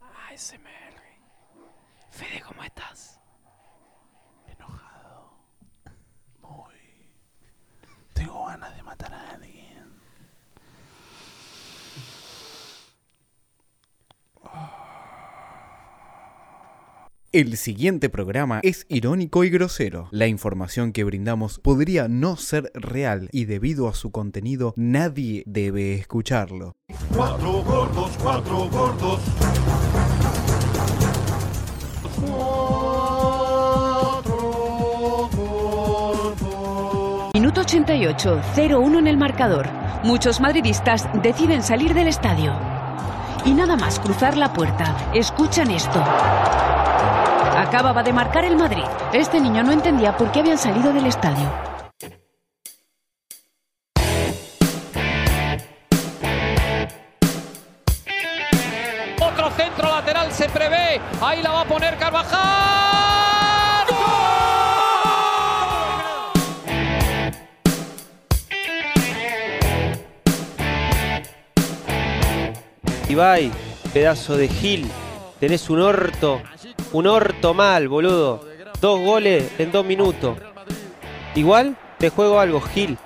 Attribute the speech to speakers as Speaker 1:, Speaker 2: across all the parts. Speaker 1: ASMR. Fede, ¿cómo estás?
Speaker 2: Enojado. Muy. Tengo ganas de matar a alguien.
Speaker 3: El siguiente programa es irónico y grosero. La información que brindamos podría no ser real y debido a su contenido nadie debe escucharlo.
Speaker 4: Cuatro gordos, cuatro gordos. Cuatro gordos.
Speaker 5: Minuto 88, 0-1 en el marcador. Muchos madridistas deciden salir del estadio. Y nada más cruzar la puerta, escuchan esto. Acababa de marcar el Madrid. Este niño no entendía por qué habían salido del estadio.
Speaker 6: Otro centro lateral se prevé. Ahí la va a poner Carvajal.
Speaker 7: Ibai, pedazo de Gil, tenés un orto, un orto mal, boludo. Dos goles en dos minutos. Igual te juego algo, Gil.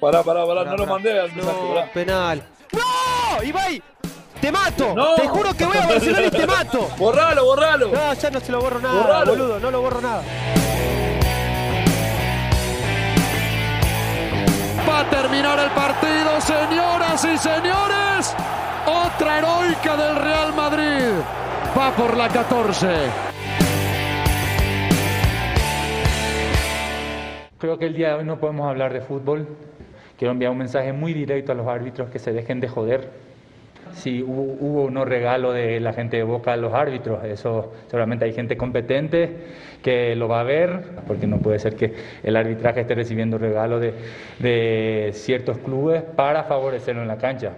Speaker 8: Pará, pará, pará, no
Speaker 7: Pará,
Speaker 8: lo
Speaker 7: pará.
Speaker 8: mandé al mensaje,
Speaker 7: No,
Speaker 8: pará.
Speaker 7: penal. ¡No! Ibai, te mato.
Speaker 8: No.
Speaker 7: Te juro que voy a Barcelona y te mato.
Speaker 8: Borralo, borralo.
Speaker 7: No, ya no se lo borro nada,
Speaker 8: Borralo.
Speaker 7: Ah, boludo, no lo borro nada.
Speaker 6: Va a terminar el partido, señoras y señores. Otra heroica del Real Madrid. Va por la 14.
Speaker 9: Creo que el día de hoy no podemos hablar de fútbol. Quiero enviar un mensaje muy directo a los árbitros que se dejen de joder. Si hubo, hubo o no regalo de la gente de Boca a los árbitros, eso seguramente hay gente competente que lo va a ver, porque no puede ser que el arbitraje esté recibiendo regalos de, de ciertos clubes para favorecerlo en la cancha.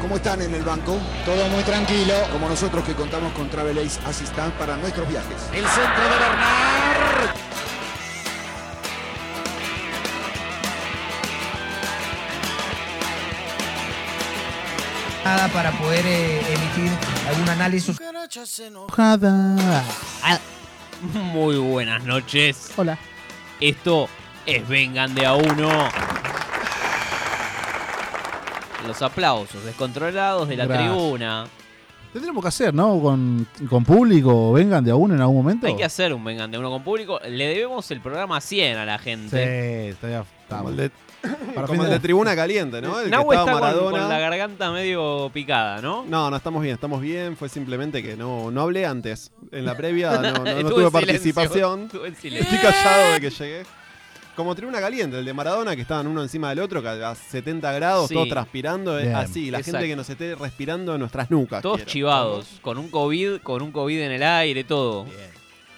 Speaker 10: ¿Cómo están en el banco? Todo muy tranquilo. Como nosotros que contamos con Travel Ace Assistant para nuestros viajes.
Speaker 11: para poder emitir algún análisis.
Speaker 2: Enojada.
Speaker 1: Muy buenas noches.
Speaker 2: Hola.
Speaker 1: Esto es Vengan de a uno. Los aplausos descontrolados de la
Speaker 2: Gracias.
Speaker 1: tribuna.
Speaker 2: Tendremos que hacer, ¿no? Con, con público, vengan de a uno en algún momento.
Speaker 1: Hay que hacer un Vengan de uno con público. Le debemos el programa 100 a la
Speaker 2: Sí,
Speaker 1: gente.
Speaker 2: está ya. está,
Speaker 12: Como el
Speaker 2: bueno.
Speaker 12: de,
Speaker 2: Para
Speaker 12: como
Speaker 2: fin
Speaker 12: el de
Speaker 2: de-
Speaker 12: tribuna caliente, ¿no? El que
Speaker 1: Nahue
Speaker 12: estaba
Speaker 1: está con- con,
Speaker 12: Maradona.
Speaker 1: la garganta medio picada, ¿no? Eh,
Speaker 12: No, no estamos bien, estamos bien. Fue simplemente que no, no hablé antes. En la previa no, no- no tuve
Speaker 1: Estuvo en silencio,
Speaker 12: participación.
Speaker 1: estuvo en silencio.
Speaker 12: Estoy callado de que llegué. Como tribuna caliente, el de Maradona, que estaban uno encima del otro, que a 70 grados,
Speaker 1: Sí.
Speaker 12: todos transpirando, eh,
Speaker 2: Bien.
Speaker 12: así, la
Speaker 1: Exacto.
Speaker 12: gente que nos esté respirando en nuestras nucas.
Speaker 1: Todos
Speaker 12: quiero.
Speaker 1: chivados, con un COVID, con un COVID en el aire, todo.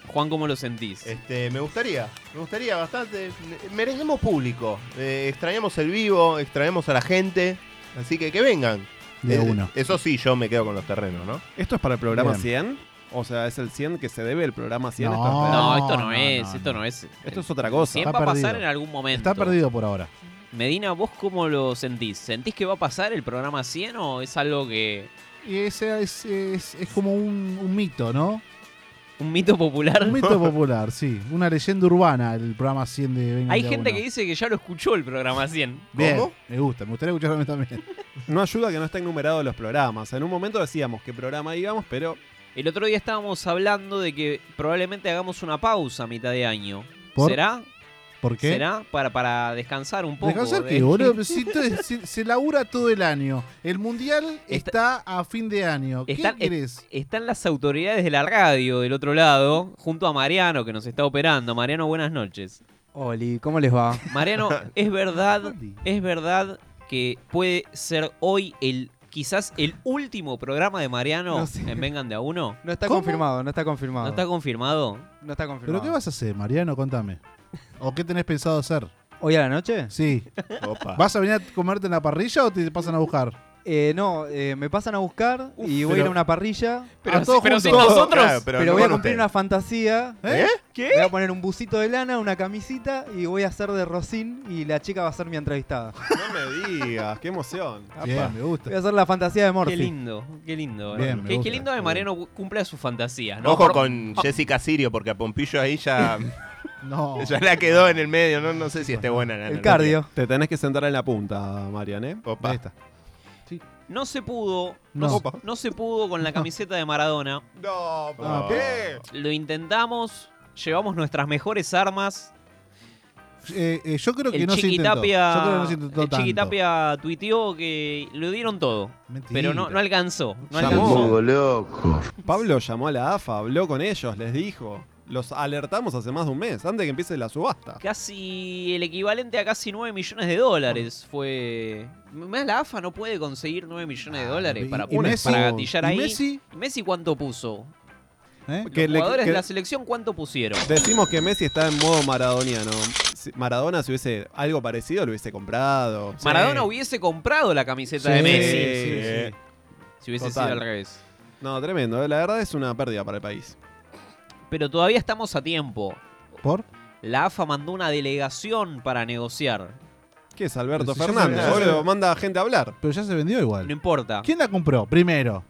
Speaker 1: Juan, ¿cómo lo sentís?
Speaker 13: Este, me gustaría, me gustaría bastante. Me- Merecemos público. Eh, extrañamos el vivo, extrañamos a la gente. Así que que vengan.
Speaker 2: De
Speaker 13: Eh,
Speaker 2: uno.
Speaker 13: Eso sí, yo me quedo con los terrenos, ¿no?
Speaker 12: ¿Esto es para el programa
Speaker 2: Bien.
Speaker 12: 100? O sea, ¿es el 100 que se debe el programa 100? Esto
Speaker 2: No.
Speaker 12: es-
Speaker 1: No, esto no,
Speaker 2: no,
Speaker 1: es,
Speaker 2: no,
Speaker 1: esto no,
Speaker 2: no.
Speaker 1: es. eh,
Speaker 12: Esto es otra cosa.
Speaker 1: Siempre
Speaker 2: Está
Speaker 1: va a pasar
Speaker 2: perdido.
Speaker 1: en algún momento.
Speaker 2: Está perdido por ahora.
Speaker 1: Medina, ¿vos cómo lo sentís? ¿Sentís que va a pasar el programa 100 o es algo que...
Speaker 2: Y ese es, es, es como un, un mito, ¿no?
Speaker 1: un mito popular?
Speaker 2: Un mito popular, sí. Una leyenda urbana, el programa 100 de Vengan
Speaker 1: Hay
Speaker 2: Mm, de a
Speaker 1: gente
Speaker 2: uno.
Speaker 1: que dice que ya lo escuchó el programa 100.
Speaker 2: Bien,
Speaker 13: ¿Cómo?
Speaker 2: me gusta. Me gustaría escucharlo a mí también.
Speaker 12: No ayuda que no estén numerados los programas. En un momento decíamos qué programa íbamos, pero
Speaker 1: El otro día estábamos hablando de que probablemente hagamos una pausa a mitad de año.
Speaker 2: ¿Por?
Speaker 1: ¿Será?
Speaker 2: ¿Por qué?
Speaker 1: ¿Será? Para, para descansar un poco.
Speaker 2: Descansar
Speaker 1: de-
Speaker 2: qué, boludo. Si to- se, se labura todo el año. El mundial está, a fin de año. ¿Qué
Speaker 1: Están-
Speaker 2: querés?
Speaker 1: Están las autoridades de la radio del otro lado, junto a Mariano que nos está operando. Mariano, buenas noches.
Speaker 7: Oli, ¿cómo les va?
Speaker 1: Mariano, es verdad, es verdad que puede ser hoy el quizás el último programa de Mariano
Speaker 7: No sé.
Speaker 1: en Vengan de a uno.
Speaker 7: No está
Speaker 2: ¿Cómo?
Speaker 7: confirmado, no está confirmado.
Speaker 1: ¿No
Speaker 2: Ah.
Speaker 1: está confirmado?
Speaker 7: No está
Speaker 2: ¿Pero
Speaker 7: confirmado.
Speaker 2: qué vas a hacer, Mariano? Contame. ¿O qué tenés pensado hacer?
Speaker 7: ¿Hoy a la noche?
Speaker 2: Sí.
Speaker 13: Opa.
Speaker 2: ¿Vas a venir a comerte en la parrilla o te pasan a buscar?
Speaker 14: Eh, no, eh, me pasan a buscar y voy a ir a
Speaker 15: pero-
Speaker 14: una parrilla.
Speaker 15: pero
Speaker 14: A
Speaker 15: si-
Speaker 14: todos
Speaker 15: pero
Speaker 14: juntos.
Speaker 15: sin nosotros. Claro,
Speaker 14: pero
Speaker 15: pero no
Speaker 14: voy a
Speaker 15: con
Speaker 14: cumplir
Speaker 15: ustedes.
Speaker 14: una fantasía.
Speaker 15: ¿Eh?
Speaker 14: ¿Qué? Voy a poner un bucito de lana, una camisita y voy a hacer de Rosín y la chica va a ser mi entrevistada.
Speaker 12: No me digas, qué emoción.
Speaker 14: Bien, me gusta. Voy a hacer la fantasía de Morphy.
Speaker 1: Qué lindo, qué lindo.
Speaker 12: Bien,
Speaker 1: ¿verdad?
Speaker 12: me
Speaker 1: qué,
Speaker 12: gusta.
Speaker 1: qué lindo que Mariano cumpla sus fantasías. ¿no?
Speaker 13: Ojo
Speaker 1: Por-
Speaker 13: con
Speaker 1: Ah,
Speaker 13: Jessica Sirio, porque a Pompillo ahí ya.
Speaker 2: No.
Speaker 13: Ya la quedó en el medio, no, no sé si esté buena la analogía.
Speaker 12: Te tenés que sentar en la punta, Marian, ¿eh? Ahí está.
Speaker 1: No se pudo, no,
Speaker 12: No.
Speaker 1: se- no se pudo con la camiseta de Maradona.
Speaker 13: No,
Speaker 12: ¿por Ah, qué?
Speaker 1: Lo intentamos, llevamos nuestras mejores armas.
Speaker 2: Eh, eh, yo creo que
Speaker 1: el
Speaker 2: no se intentó.
Speaker 1: Chiquitapia,
Speaker 2: Yo creo que no se intentó
Speaker 1: el
Speaker 2: tanto.
Speaker 1: Chiquitapia tuiteó que lo dieron todo, pero no, no alcanzó. No alcanzó.
Speaker 12: Llamó. Pablo llamó a la AFA, habló con ellos, les dijo. Los alertamos hace más de un mes, antes de que empiece la subasta.
Speaker 1: Casi el equivalente a casi 9 millones de dólares fue. Más la AFA no puede conseguir 9 millones de dólares para,
Speaker 2: Ah, y
Speaker 1: para
Speaker 2: Messi-
Speaker 1: gatillar
Speaker 2: y
Speaker 1: ahí.
Speaker 2: Messi-
Speaker 1: ¿Messi cuánto puso?
Speaker 2: ¿Eh?
Speaker 1: Los
Speaker 12: Que le-
Speaker 1: jugadores
Speaker 12: que-
Speaker 1: de la selección cuánto pusieron.
Speaker 12: Decimos que Messi está en modo maradoniano. Si Maradona, si hubiese algo parecido, lo hubiese comprado.
Speaker 1: Maradona hubiese comprado la
Speaker 12: Sí,
Speaker 1: camiseta de Messi.
Speaker 12: sí, sí.
Speaker 1: Si hubiese
Speaker 12: Total.
Speaker 1: sido al revés.
Speaker 12: No, tremendo. eh. La verdad es una pérdida para el país.
Speaker 1: Pero todavía estamos a tiempo.
Speaker 2: ¿Por?
Speaker 1: La AFA mandó una delegación para negociar.
Speaker 12: ¿Qué es Alberto
Speaker 1: Pero si ya
Speaker 12: Fernández?
Speaker 1: se-
Speaker 12: boludo? manda a gente a hablar.
Speaker 2: Pero ya se vendió igual.
Speaker 1: No importa.
Speaker 2: ¿Quién la compró primero?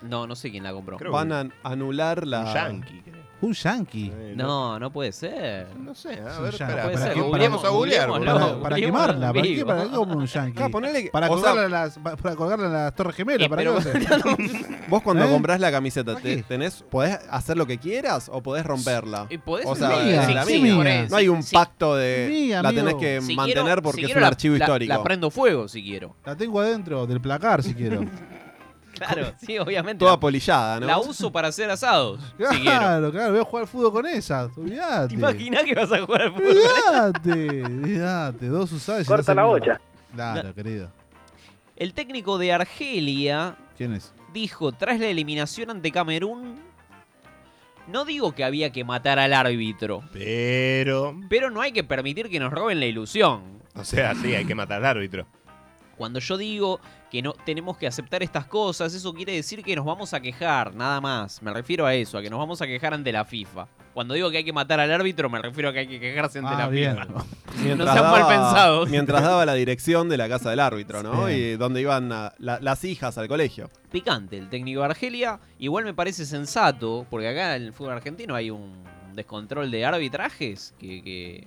Speaker 1: No, no sé quién la compró.
Speaker 12: Van a anular la.
Speaker 1: yankee,
Speaker 2: Un yankee.
Speaker 1: No, no puede ser.
Speaker 13: No sé,
Speaker 2: Es
Speaker 13: a
Speaker 2: un
Speaker 13: ver,
Speaker 2: yankee.
Speaker 13: espera,
Speaker 2: Para
Speaker 13: espera,
Speaker 2: que-
Speaker 13: que
Speaker 2: para-
Speaker 13: volvemos a googlear,
Speaker 2: para-
Speaker 13: boludo.
Speaker 2: Para
Speaker 13: Googleemos
Speaker 2: quemarla, ¿para
Speaker 13: en
Speaker 2: qué?
Speaker 13: vivo.
Speaker 2: ¿Para qué como un yankee?
Speaker 12: Claro, ponele-
Speaker 2: para,
Speaker 12: o sea-
Speaker 2: colgarla a las, pa- para colgarla a las Torres Gemelas.
Speaker 1: Eh,
Speaker 2: ¿para qué va a ser?
Speaker 12: Vos cuando
Speaker 2: ¿Eh?
Speaker 12: comprás la camiseta,
Speaker 2: ¿Para
Speaker 12: te-
Speaker 2: qué?
Speaker 12: ¿tenés, ¿podés hacer lo que quieras o podés romperla?
Speaker 1: Y podés-
Speaker 12: o sea,
Speaker 1: Mía,
Speaker 12: es la
Speaker 1: sí,
Speaker 12: mía.
Speaker 1: mía.
Speaker 12: No hay un
Speaker 1: Sí,
Speaker 12: pacto de...
Speaker 2: mía,
Speaker 12: la
Speaker 2: amigo.
Speaker 12: tenés que
Speaker 1: Si
Speaker 12: mantener
Speaker 1: quiero-
Speaker 12: porque
Speaker 1: si
Speaker 12: es
Speaker 1: quiero
Speaker 12: un
Speaker 1: la-
Speaker 12: archivo
Speaker 1: la-
Speaker 12: histórico.
Speaker 1: La prendo fuego si quiero.
Speaker 2: La tengo adentro del placar si quiero.
Speaker 1: Claro, sí, obviamente.
Speaker 12: Toda
Speaker 1: La-
Speaker 12: polillada, ¿no?
Speaker 1: La uso para hacer asados. si quiero.
Speaker 2: Claro, claro, voy a jugar al fútbol con esa. Olvídate.
Speaker 1: ¿Te imaginás que vas a jugar al fútbol?
Speaker 2: Olvídate, olvídate. Dos usados y se
Speaker 1: Corta
Speaker 2: hace
Speaker 1: la
Speaker 2: mierda.
Speaker 1: olla.
Speaker 2: Claro, querido.
Speaker 1: El técnico de Argelia
Speaker 2: ¿Quién es?
Speaker 1: dijo tras la eliminación ante Camerún, no digo que había que matar al árbitro.
Speaker 13: Pero.
Speaker 1: Pero no hay que permitir que nos roben la ilusión.
Speaker 13: O sea, sí, hay que matar al árbitro.
Speaker 1: Cuando yo digo que no tenemos que aceptar estas cosas, eso quiere decir que nos vamos a quejar, nada más. Me refiero a eso, a que nos vamos a quejar ante la FIFA. Cuando digo que hay que matar al árbitro, me refiero a que hay que quejarse ante
Speaker 2: Ah,
Speaker 1: la
Speaker 2: bien.
Speaker 1: FIFA.
Speaker 12: Mientras
Speaker 1: no sean mal
Speaker 12: daba-
Speaker 1: pensados.
Speaker 12: Mientras daba la dirección de la casa del árbitro, ¿no?
Speaker 1: Bien.
Speaker 12: Y donde iban a- la- las hijas al colegio.
Speaker 1: picante el técnico de Argelia. Igual me parece sensato, porque acá en el fútbol argentino hay un descontrol de arbitrajes que, que,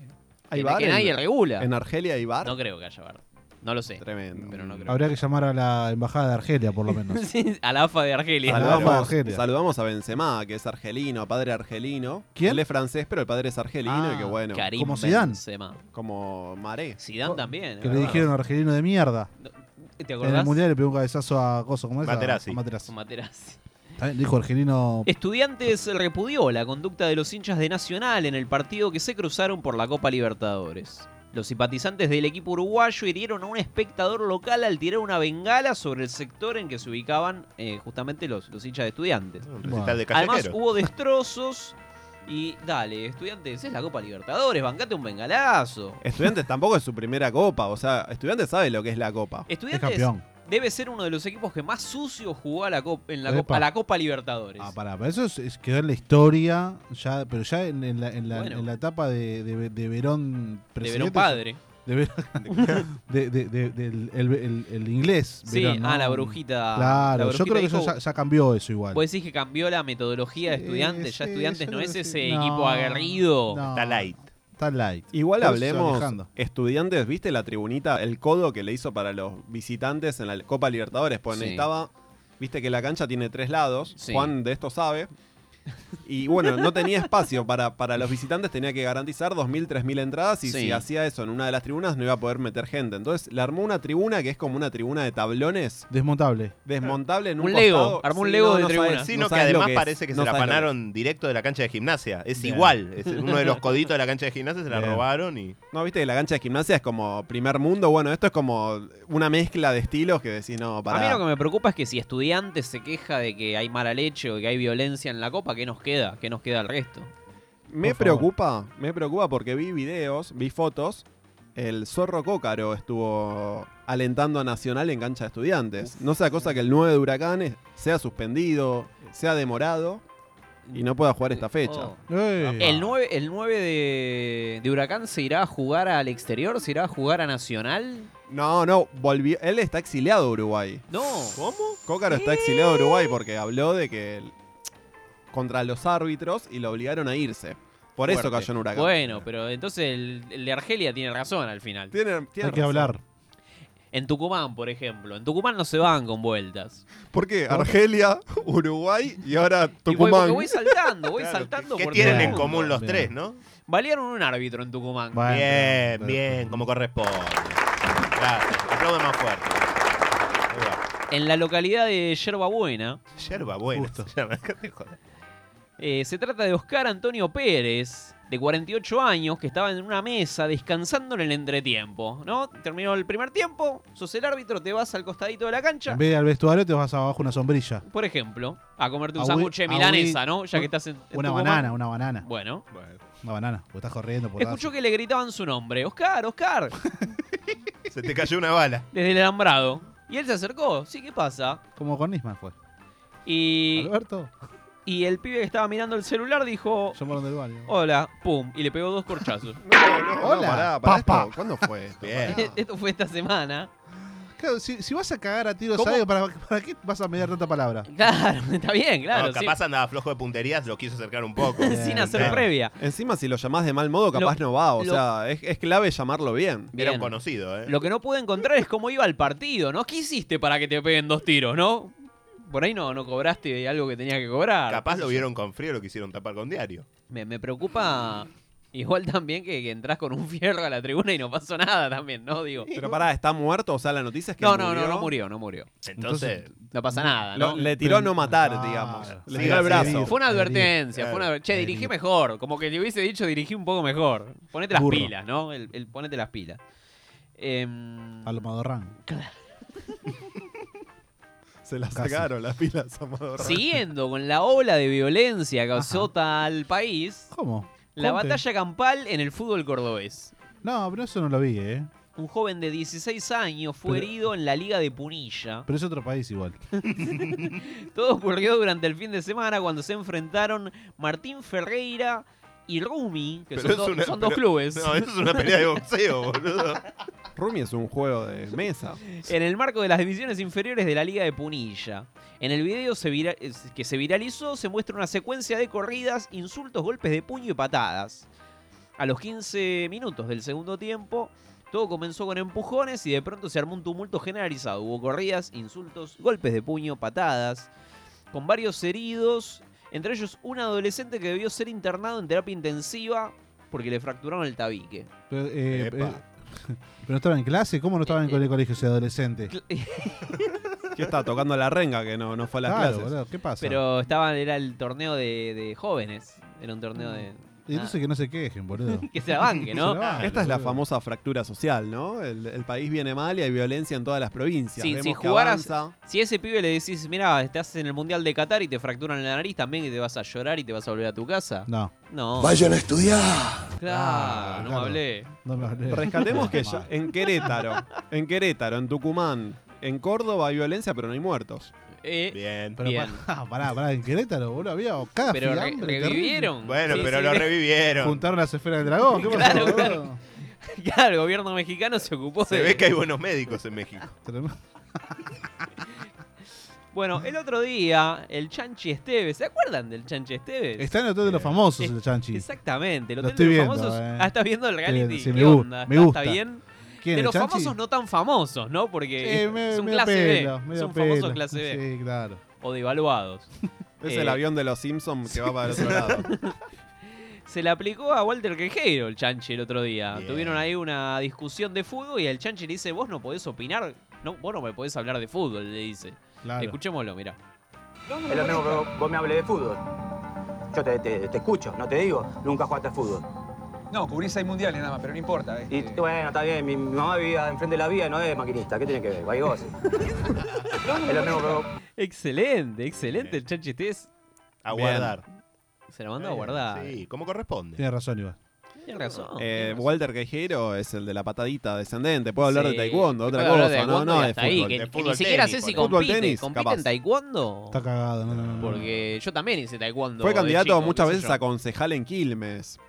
Speaker 12: ¿Hay
Speaker 1: que-
Speaker 12: VAR
Speaker 1: que
Speaker 12: en-
Speaker 1: nadie regula.
Speaker 12: ¿En Argelia hay bar?
Speaker 1: No creo que haya bar. No lo sé. Tremendo. Pero no creo.
Speaker 2: Habría que llamar a la embajada de Argelia, por lo menos.
Speaker 1: Sí, a la AFA de Argelia.
Speaker 2: AFA de
Speaker 12: Saludamos,
Speaker 2: Argelia.
Speaker 12: saludamos a Benzema, que es argelino, padre argelino.
Speaker 2: ¿Quién?
Speaker 12: Él es francés, pero el padre es argelino
Speaker 2: Ah,
Speaker 12: y que bueno.
Speaker 2: Karim Como Zidane.
Speaker 12: Como Maré.
Speaker 1: Zidane también.
Speaker 2: Que le dijeron argelino de mierda.
Speaker 1: ¿Te
Speaker 2: En el
Speaker 1: acordás?
Speaker 2: mundial le pegó un cabezazo a Coso, ¿cómo es? A- a Materazzi.
Speaker 1: Materazzi.
Speaker 2: También dijo
Speaker 1: Eh,
Speaker 2: argelino.
Speaker 1: Estudiantes repudió la conducta de los hinchas de Nacional en el partido que se cruzaron por la Copa Libertadores. Los simpatizantes del equipo uruguayo hirieron a un espectador local al tirar una bengala sobre el sector en que se ubicaban eh, justamente los, los hinchas de estudiantes.
Speaker 13: recital de
Speaker 1: Además
Speaker 13: callejero.
Speaker 1: hubo destrozos y dale, estudiantes, es la Copa Libertadores, bancate un bengalazo.
Speaker 12: Estudiantes tampoco es su primera copa, o sea, Estudiantes sabe lo que es la copa.
Speaker 1: Estudiantes debe ser uno de los equipos que más sucio jugó a la Copa, en la
Speaker 2: Epa.
Speaker 1: Copa, a la Copa Libertadores.
Speaker 2: Ah, pará, pero eso es- es- quedó en la historia, ya, pero ya en, en la, en, la,
Speaker 1: Bueno.
Speaker 2: en la etapa de, de, de Verón presidente,
Speaker 1: padre.
Speaker 2: De Verón- de- de- de- del- el, el- el inglés.
Speaker 1: Sí,
Speaker 2: Verón,
Speaker 1: ah,
Speaker 2: ¿no?
Speaker 1: la brujita-
Speaker 2: Claro,
Speaker 1: la
Speaker 2: yo
Speaker 1: brujita
Speaker 2: creo que eso
Speaker 1: dijo-
Speaker 2: ya, ya cambió eso igual.
Speaker 1: Vos decís que cambió la metodología de Pues estudiantes. ya
Speaker 12: sí,
Speaker 1: estudiantes
Speaker 12: yo
Speaker 1: no
Speaker 12: creo
Speaker 1: es
Speaker 12: que
Speaker 1: ese
Speaker 12: sí.
Speaker 1: equipo
Speaker 12: No,
Speaker 1: aguerrido.
Speaker 12: no. Está light.
Speaker 2: Está light.
Speaker 12: Igual
Speaker 2: Pero se va
Speaker 12: hablemos,
Speaker 2: alejando.
Speaker 12: estudiantes, ¿viste la tribunita, el codo que le hizo para los visitantes en la Copa Libertadores? Pues
Speaker 1: Sí.
Speaker 12: necesitaba, viste que la cancha tiene tres lados,
Speaker 1: Sí.
Speaker 12: Juan de esto sabe. Y bueno, no tenía espacio para, para los visitantes, tenía que garantizar 2.000, 3.000 entradas y
Speaker 1: Sí.
Speaker 12: si hacía eso en una de las tribunas no iba a poder meter gente. Entonces le armó una tribuna que es como una tribuna de tablones
Speaker 2: Desmontable.
Speaker 12: desmontable en un,
Speaker 1: Un Lego,
Speaker 12: costado.
Speaker 1: armó un Lego de
Speaker 12: sabes-
Speaker 1: tribuna.
Speaker 12: no
Speaker 13: Sino que
Speaker 12: sabes lo
Speaker 13: además
Speaker 12: es,
Speaker 13: parece que
Speaker 12: no
Speaker 13: se la
Speaker 12: sabes lo que
Speaker 13: panaron directo de la cancha de gimnasia. Es
Speaker 12: Bien.
Speaker 13: igual. Es uno de los coditos de la cancha de gimnasia se la
Speaker 12: Bien.
Speaker 13: robaron y.
Speaker 12: No, viste que la cancha de gimnasia es como primer mundo. Bueno, esto es como una mezcla de estilos que decís, no, para.
Speaker 1: A mí lo que me preocupa es que si estudiantes se queja de que hay mala leche o que hay violencia en la copa, ¿qué nos queda? ¿Qué nos queda el resto?
Speaker 12: me
Speaker 1: por favor.
Speaker 12: preocupa, me preocupa porque vi videos, vi fotos el zorro Cócaro estuvo alentando a Nacional en cancha de estudiantes. No sea cosa que el 9 de Huracanes sea suspendido, sea demorado y no pueda jugar esta fecha.
Speaker 1: Oh. El 9, el 9 de, de Huracán se irá a jugar al exterior, se irá a jugar a Nacional.
Speaker 12: No, no, volvió. Él está exiliado de Uruguay.
Speaker 1: No. ¿Cómo?
Speaker 12: Cócaro está exiliado de Uruguay porque habló de que el- contra los árbitros y lo obligaron a irse. Por eso
Speaker 1: Fuerte.
Speaker 12: cayó en Huracán.
Speaker 1: Bueno, pero entonces el, el de Argelia tiene razón al final.
Speaker 12: Tiene,
Speaker 2: Hay que hablar.
Speaker 1: En Tucumán, por ejemplo. En Tucumán no se van con vueltas.
Speaker 12: ¿Por qué? Argelia, Uruguay y ahora
Speaker 1: Y voy,
Speaker 12: Tucumán.
Speaker 1: porque voy saltando, voy saltando.
Speaker 13: ¿Qué
Speaker 1: por
Speaker 13: tienen en
Speaker 1: Tucumán.
Speaker 13: común los tres, no?
Speaker 1: Balearon un árbitro en Tucumán.
Speaker 13: Bien, bien, como corresponde. Gracias. Aplaude más fuerte.
Speaker 1: En la localidad de Yerba Buena.
Speaker 13: Yerba Buena, esto se llama. ¿Qué te jodas?
Speaker 1: Eh, se trata de Oscar Antonio Pérez, de 48 años, que estaba en una mesa descansando en el entretiempo. ¿no? Terminó el primer tiempo, sos el árbitro, te vas al costadito de la cancha.
Speaker 2: En vez de al vestuario te vas abajo una sombrilla.
Speaker 1: Por ejemplo, a comerte un
Speaker 2: Agüi-
Speaker 1: sándwich de
Speaker 2: agüi-
Speaker 1: milanesa, ¿no? Ya que estás en. en
Speaker 2: Una
Speaker 1: Tucumán.
Speaker 2: banana, una banana.
Speaker 1: Bueno.
Speaker 2: Una banana. Vos estás corriendo por
Speaker 1: Escuchó que le gritaban su nombre: Oscar, Oscar,
Speaker 13: Se te cayó una bala.
Speaker 1: desde el alambrado. Y él se acercó, sí, ¿qué pasa?
Speaker 2: la- Como con Nisman fue.
Speaker 1: Y.
Speaker 2: Alberto.
Speaker 1: Y el pibe que estaba mirando el celular dijo:
Speaker 2: Llamaron del baño.
Speaker 1: Hola, pum, y le pegó dos corchazos.
Speaker 2: Hola,
Speaker 12: pará, pará,
Speaker 2: papá.
Speaker 12: esto, ¿Cuándo fue esto?
Speaker 13: Bien.
Speaker 1: Esto fue esta semana.
Speaker 2: Claro, si, si vas a cagar a tiros
Speaker 1: ¿Cómo?
Speaker 2: algo, ¿para, ¿para qué vas a mediar tanta palabra?
Speaker 1: Claro, está bien, claro.
Speaker 13: No, capaz andaba flojo de punterías, lo quiso acercar un poco.
Speaker 1: Sin hacer previa.
Speaker 12: Encima, si lo llamás de mal modo, capaz
Speaker 1: Lo-
Speaker 12: no va. O
Speaker 1: lo-
Speaker 12: sea, es, es clave llamarlo bien.
Speaker 1: Bien. Era un
Speaker 13: conocido, ¿eh?
Speaker 1: Lo que no pude encontrar es cómo iba el partido, ¿no? ¿Qué hiciste para que te peguen dos tiros, no? Por ahí no, no cobraste algo que tenías que cobrar.
Speaker 13: Capaz lo vieron con frío y lo quisieron tapar con diario.
Speaker 1: Me, me preocupa igual también que, que entras con un fierro a la tribuna y no pasó nada también, ¿no? Digo.
Speaker 12: Pero pará, ¿está muerto? O sea, la noticia es que
Speaker 1: no, no,
Speaker 12: murió.
Speaker 1: no, no murió, no murió.
Speaker 13: Entonces-
Speaker 1: no pasa nada,
Speaker 12: Lo-
Speaker 1: ¿no?
Speaker 12: le tiró a no matar, digamos.
Speaker 13: Ah,
Speaker 12: Le
Speaker 1: Sí,
Speaker 12: tiró el
Speaker 1: sí,
Speaker 12: brazo.
Speaker 1: sí. Fue una advertencia, fue una adver- Che,
Speaker 12: Claro.
Speaker 1: dirigí mejor. Como que le hubiese dicho, dirigí un poco mejor. Ponete las
Speaker 2: Burro.
Speaker 1: pilas, ¿no? El, el ponete las pilas. Em,
Speaker 2: A lo Madorrán.
Speaker 12: Se la
Speaker 2: Casi.
Speaker 12: sacaron las pilas a Madorrán.
Speaker 1: Siguiendo con la ola de violencia que azota al país,
Speaker 2: ¿Cómo?
Speaker 1: la
Speaker 2: Conte.
Speaker 1: batalla campal en el fútbol cordobés.
Speaker 2: No, pero eso no lo vi, ¿eh?
Speaker 1: Un joven de 16 años fue
Speaker 2: Pero-
Speaker 1: herido en la Liga de Punilla.
Speaker 2: Pero es otro país igual.
Speaker 1: Todo ocurrió durante el fin de semana cuando se enfrentaron Martín Ferreira y Rumi, que
Speaker 13: Pero
Speaker 1: son,
Speaker 13: es
Speaker 1: do-
Speaker 13: una-
Speaker 1: son dos
Speaker 13: pero-
Speaker 1: clubes.
Speaker 13: No, eso es una pelea de boxeo, boludo.
Speaker 12: Rumi es un juego de mesa.
Speaker 1: en el marco de las divisiones inferiores de la Liga de Punilla. En el video se vira- es- que se viralizó se muestra una secuencia de corridas, insultos, golpes de puño y patadas. A los 15 minutos del segundo tiempo, todo comenzó con empujones y de pronto se armó un tumulto generalizado. Hubo corridas, insultos, golpes de puño, patadas, con varios heridos, entre ellos un adolescente que debió ser internado en terapia intensiva porque le fracturaron el tabique.
Speaker 2: Pero, eh,
Speaker 1: Epa.
Speaker 2: eh, pero no estaba en clase, ¿cómo no
Speaker 1: Eh,
Speaker 2: estaba en el colegio ese adolescente?
Speaker 12: ¿Qué está tocando la renga que no, no fue a las
Speaker 2: Claro,
Speaker 12: clases?
Speaker 2: boludo, ¿qué pasa?
Speaker 1: Pero estaba, era el torneo de, de jóvenes. Era un torneo de.
Speaker 2: Y entonces que no se quejen, boludo.
Speaker 1: Que se la banque, ¿no?
Speaker 2: Se la banque,
Speaker 12: Esta es la
Speaker 2: boludo.
Speaker 12: famosa fractura social, ¿no? El, el país viene mal y hay violencia en todas las provincias.
Speaker 1: Si,
Speaker 12: Vemos
Speaker 1: si
Speaker 12: que
Speaker 1: jugaras.
Speaker 12: avanza.
Speaker 1: Si a ese pibe le decís, mira, estás en el mundial de Qatar y te fracturan la nariz también y te vas a llorar y te vas a volver a tu casa.
Speaker 2: No.
Speaker 1: No.
Speaker 10: Vayan a estudiar.
Speaker 1: Claro, no me
Speaker 12: claro.
Speaker 1: hablé.
Speaker 2: No me hablé.
Speaker 12: Rescatemos que ya- en Querétaro, en Querétaro, en Tucumán, en Córdoba hay violencia, pero no hay muertos.
Speaker 1: Eh,
Speaker 13: bien,
Speaker 2: Pero pará, pará, pará, en Querétaro, boludo, había cada
Speaker 1: Pero re-
Speaker 2: fiambre, terrible.
Speaker 1: revivieron.
Speaker 13: Bueno,
Speaker 1: Sí,
Speaker 13: pero
Speaker 1: sí.
Speaker 13: lo revivieron.
Speaker 2: Juntaron las esferas del dragón, ¿qué pasó,
Speaker 1: Claro,
Speaker 2: boludo?
Speaker 1: claro. Claro, el gobierno mexicano se ocupó
Speaker 13: Se
Speaker 1: de-
Speaker 13: ve que hay buenos médicos en México.
Speaker 2: Tremendo.
Speaker 1: Bueno, el otro día, el Chanchi Esteves, ¿se acuerdan del Chanchi Esteves?
Speaker 2: Está en el hotel de los
Speaker 1: Eh,
Speaker 2: famosos el chanchi.
Speaker 1: Exactamente, el
Speaker 2: Lo
Speaker 1: hotel
Speaker 2: estoy
Speaker 1: de los
Speaker 2: viendo,
Speaker 1: famosos.
Speaker 2: eh.
Speaker 1: Ah, estás viendo el
Speaker 2: Estoy
Speaker 1: reality.
Speaker 2: viendo, sí,
Speaker 1: ¿Qué
Speaker 2: me gu-
Speaker 1: onda?
Speaker 2: me
Speaker 1: ¿Está-
Speaker 2: gusta.
Speaker 1: ¿Está bien?
Speaker 2: ¿Quién,
Speaker 1: de
Speaker 2: el
Speaker 1: los
Speaker 2: Chanchi?
Speaker 1: famosos no tan famosos, ¿no? Porque
Speaker 2: Eh, me-
Speaker 1: son
Speaker 2: medio
Speaker 1: clase
Speaker 2: pelo,
Speaker 1: B.
Speaker 2: medio
Speaker 1: Son famosos
Speaker 2: pelo,
Speaker 1: clase B.
Speaker 2: Sí, claro.
Speaker 1: O devaluados.
Speaker 12: Es
Speaker 1: Eh,
Speaker 12: el avión de los Simpsons que va para el otro lado.
Speaker 1: Se le aplicó a Walter Quejero el Chanchi el otro día. Tuvieron ahí una discusión de fútbol y el Chanchi le dice, vos no podés opinar, no, vos no me podés hablar de fútbol, le dice.
Speaker 2: Claro.
Speaker 1: Escuchémoslo, mira.
Speaker 15: Es lo mismo que vos- vos me hables de fútbol. Yo te, te- te escucho, no te digo, nunca jugaste al fútbol.
Speaker 16: No, cubrí seis mundiales nada más, pero no importa. este,
Speaker 15: Y bueno, está bien, mi, mi mamá vivía enfrente de la vía, no es maquinista, ¿qué tiene que ver? Guaygosi. es lo mismo que vos-
Speaker 1: Excelente, excelente el Chanchi Esteves.
Speaker 13: A
Speaker 1: Bien.
Speaker 13: guardar.
Speaker 1: Se lo mandó a guardar.
Speaker 13: Sí, como corresponde.
Speaker 2: Tiene razón, Iván.
Speaker 1: Tienes razón.
Speaker 12: Eh, Walter Quejero es el de la patadita descendente. Puedo hablar de
Speaker 1: Sí.
Speaker 12: taekwondo, otra
Speaker 1: Puedo hablar
Speaker 12: cosa.
Speaker 1: de
Speaker 12: no,
Speaker 1: taekwondo
Speaker 12: no,
Speaker 1: y
Speaker 12: de
Speaker 1: hasta
Speaker 12: fútbol.
Speaker 1: ahí, que-
Speaker 12: de
Speaker 1: que
Speaker 12: fútbol
Speaker 1: ni siquiera
Speaker 12: tenis,
Speaker 1: sé si
Speaker 12: fútbol
Speaker 1: compiten.
Speaker 12: tenis,
Speaker 1: ¿Compiten
Speaker 12: capaz.
Speaker 1: en taekwondo?
Speaker 2: Está cagado, no, no, no, no.
Speaker 1: Porque yo también hice taekwondo.
Speaker 12: Fue
Speaker 1: de
Speaker 12: candidato
Speaker 1: chico,
Speaker 12: muchas
Speaker 1: qué sé
Speaker 12: veces
Speaker 1: yo.
Speaker 12: a concejal en Quilmes.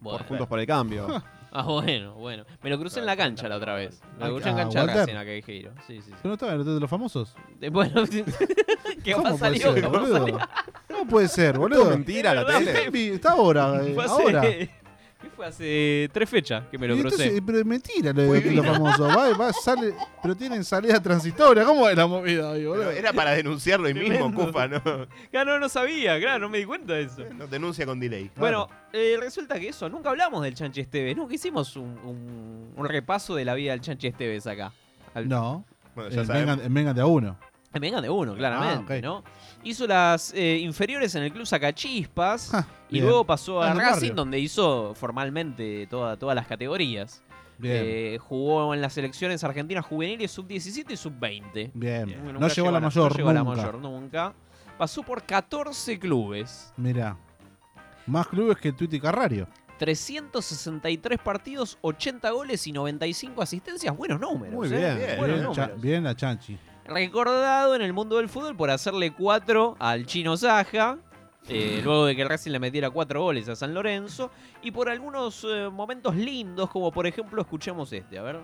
Speaker 1: Bueno.
Speaker 12: por Juntos por el Cambio.
Speaker 1: Ah, bueno, bueno. Me lo crucé en la cancha la otra vez. Me lo crucé en
Speaker 2: Ah,
Speaker 1: cancha de
Speaker 2: Walter.
Speaker 1: Racing a Quejero. Sí, sí.
Speaker 2: Pero no estaba en el hotel de los famosos.
Speaker 1: Eh, Bueno, ¿qué va a
Speaker 2: ¿Cómo puede
Speaker 1: salir?
Speaker 2: ser, boludo? No puede ser, boludo.
Speaker 12: Todo mentira, la
Speaker 2: Está
Speaker 12: tele.
Speaker 2: en vi- Está ahora, eh,
Speaker 1: Fue hace-
Speaker 2: ahora.
Speaker 1: ¿Qué fue hace tres fechas que me lo
Speaker 2: Y
Speaker 1: crucé?
Speaker 2: entonces, pero es mentira lo de los famosos. Va, va, sale, pero tienen salida transitoria. ¿Cómo es la movida ahí, boludo?
Speaker 13: Era para denunciarlo y mismo, Cufa, ¿no?
Speaker 2: eh,
Speaker 1: Claro, no sabía, claro, no me di cuenta de eso.
Speaker 13: No denuncia con delay.
Speaker 1: Bueno, eh, resulta que eso, nunca hablamos del Chanchi Esteves, nunca hicimos un, un- un repaso de la vida del Chanchi Esteves acá. Al-
Speaker 2: No. eh,
Speaker 1: Bueno,
Speaker 12: Eh,
Speaker 1: ya
Speaker 2: el
Speaker 1: sabemos.
Speaker 2: vengan, el vengan de a uno.
Speaker 1: Eh, Vengan de uno, claramente,
Speaker 2: Ah, ok.
Speaker 1: ¿no? Hizo las eh, inferiores en el club Sacachispas y
Speaker 2: bien.
Speaker 1: luego pasó
Speaker 2: Ah,
Speaker 1: a
Speaker 2: en el
Speaker 1: Racing,
Speaker 2: barrio.
Speaker 1: donde hizo formalmente toda- todas las categorías.
Speaker 2: Bien.
Speaker 1: Eh, jugó en las selecciones argentinas juveniles sub-17 y sub-20.
Speaker 2: Bien.
Speaker 1: Nunca
Speaker 2: No llegó a la
Speaker 1: No
Speaker 2: mayor,
Speaker 1: llegó a la
Speaker 2: nunca.
Speaker 1: mayor nunca. Pasó por 14 clubes,
Speaker 2: Mirá. Más clubes que Tuti Carrario.
Speaker 1: 363 partidos, 80 goles y 95 asistencias. Buenos números.
Speaker 2: Muy
Speaker 1: ¿eh?
Speaker 2: bien.
Speaker 1: Buenos
Speaker 2: Bien,
Speaker 1: números.
Speaker 2: Cha- bien la chanchi.
Speaker 1: Recordado en el mundo del fútbol por hacerle cuatro al chino Saja. eh, luego de que el Racing le metiera cuatro goles a San Lorenzo. Y por algunos eh, momentos lindos, como por ejemplo, escuchemos este. A ver.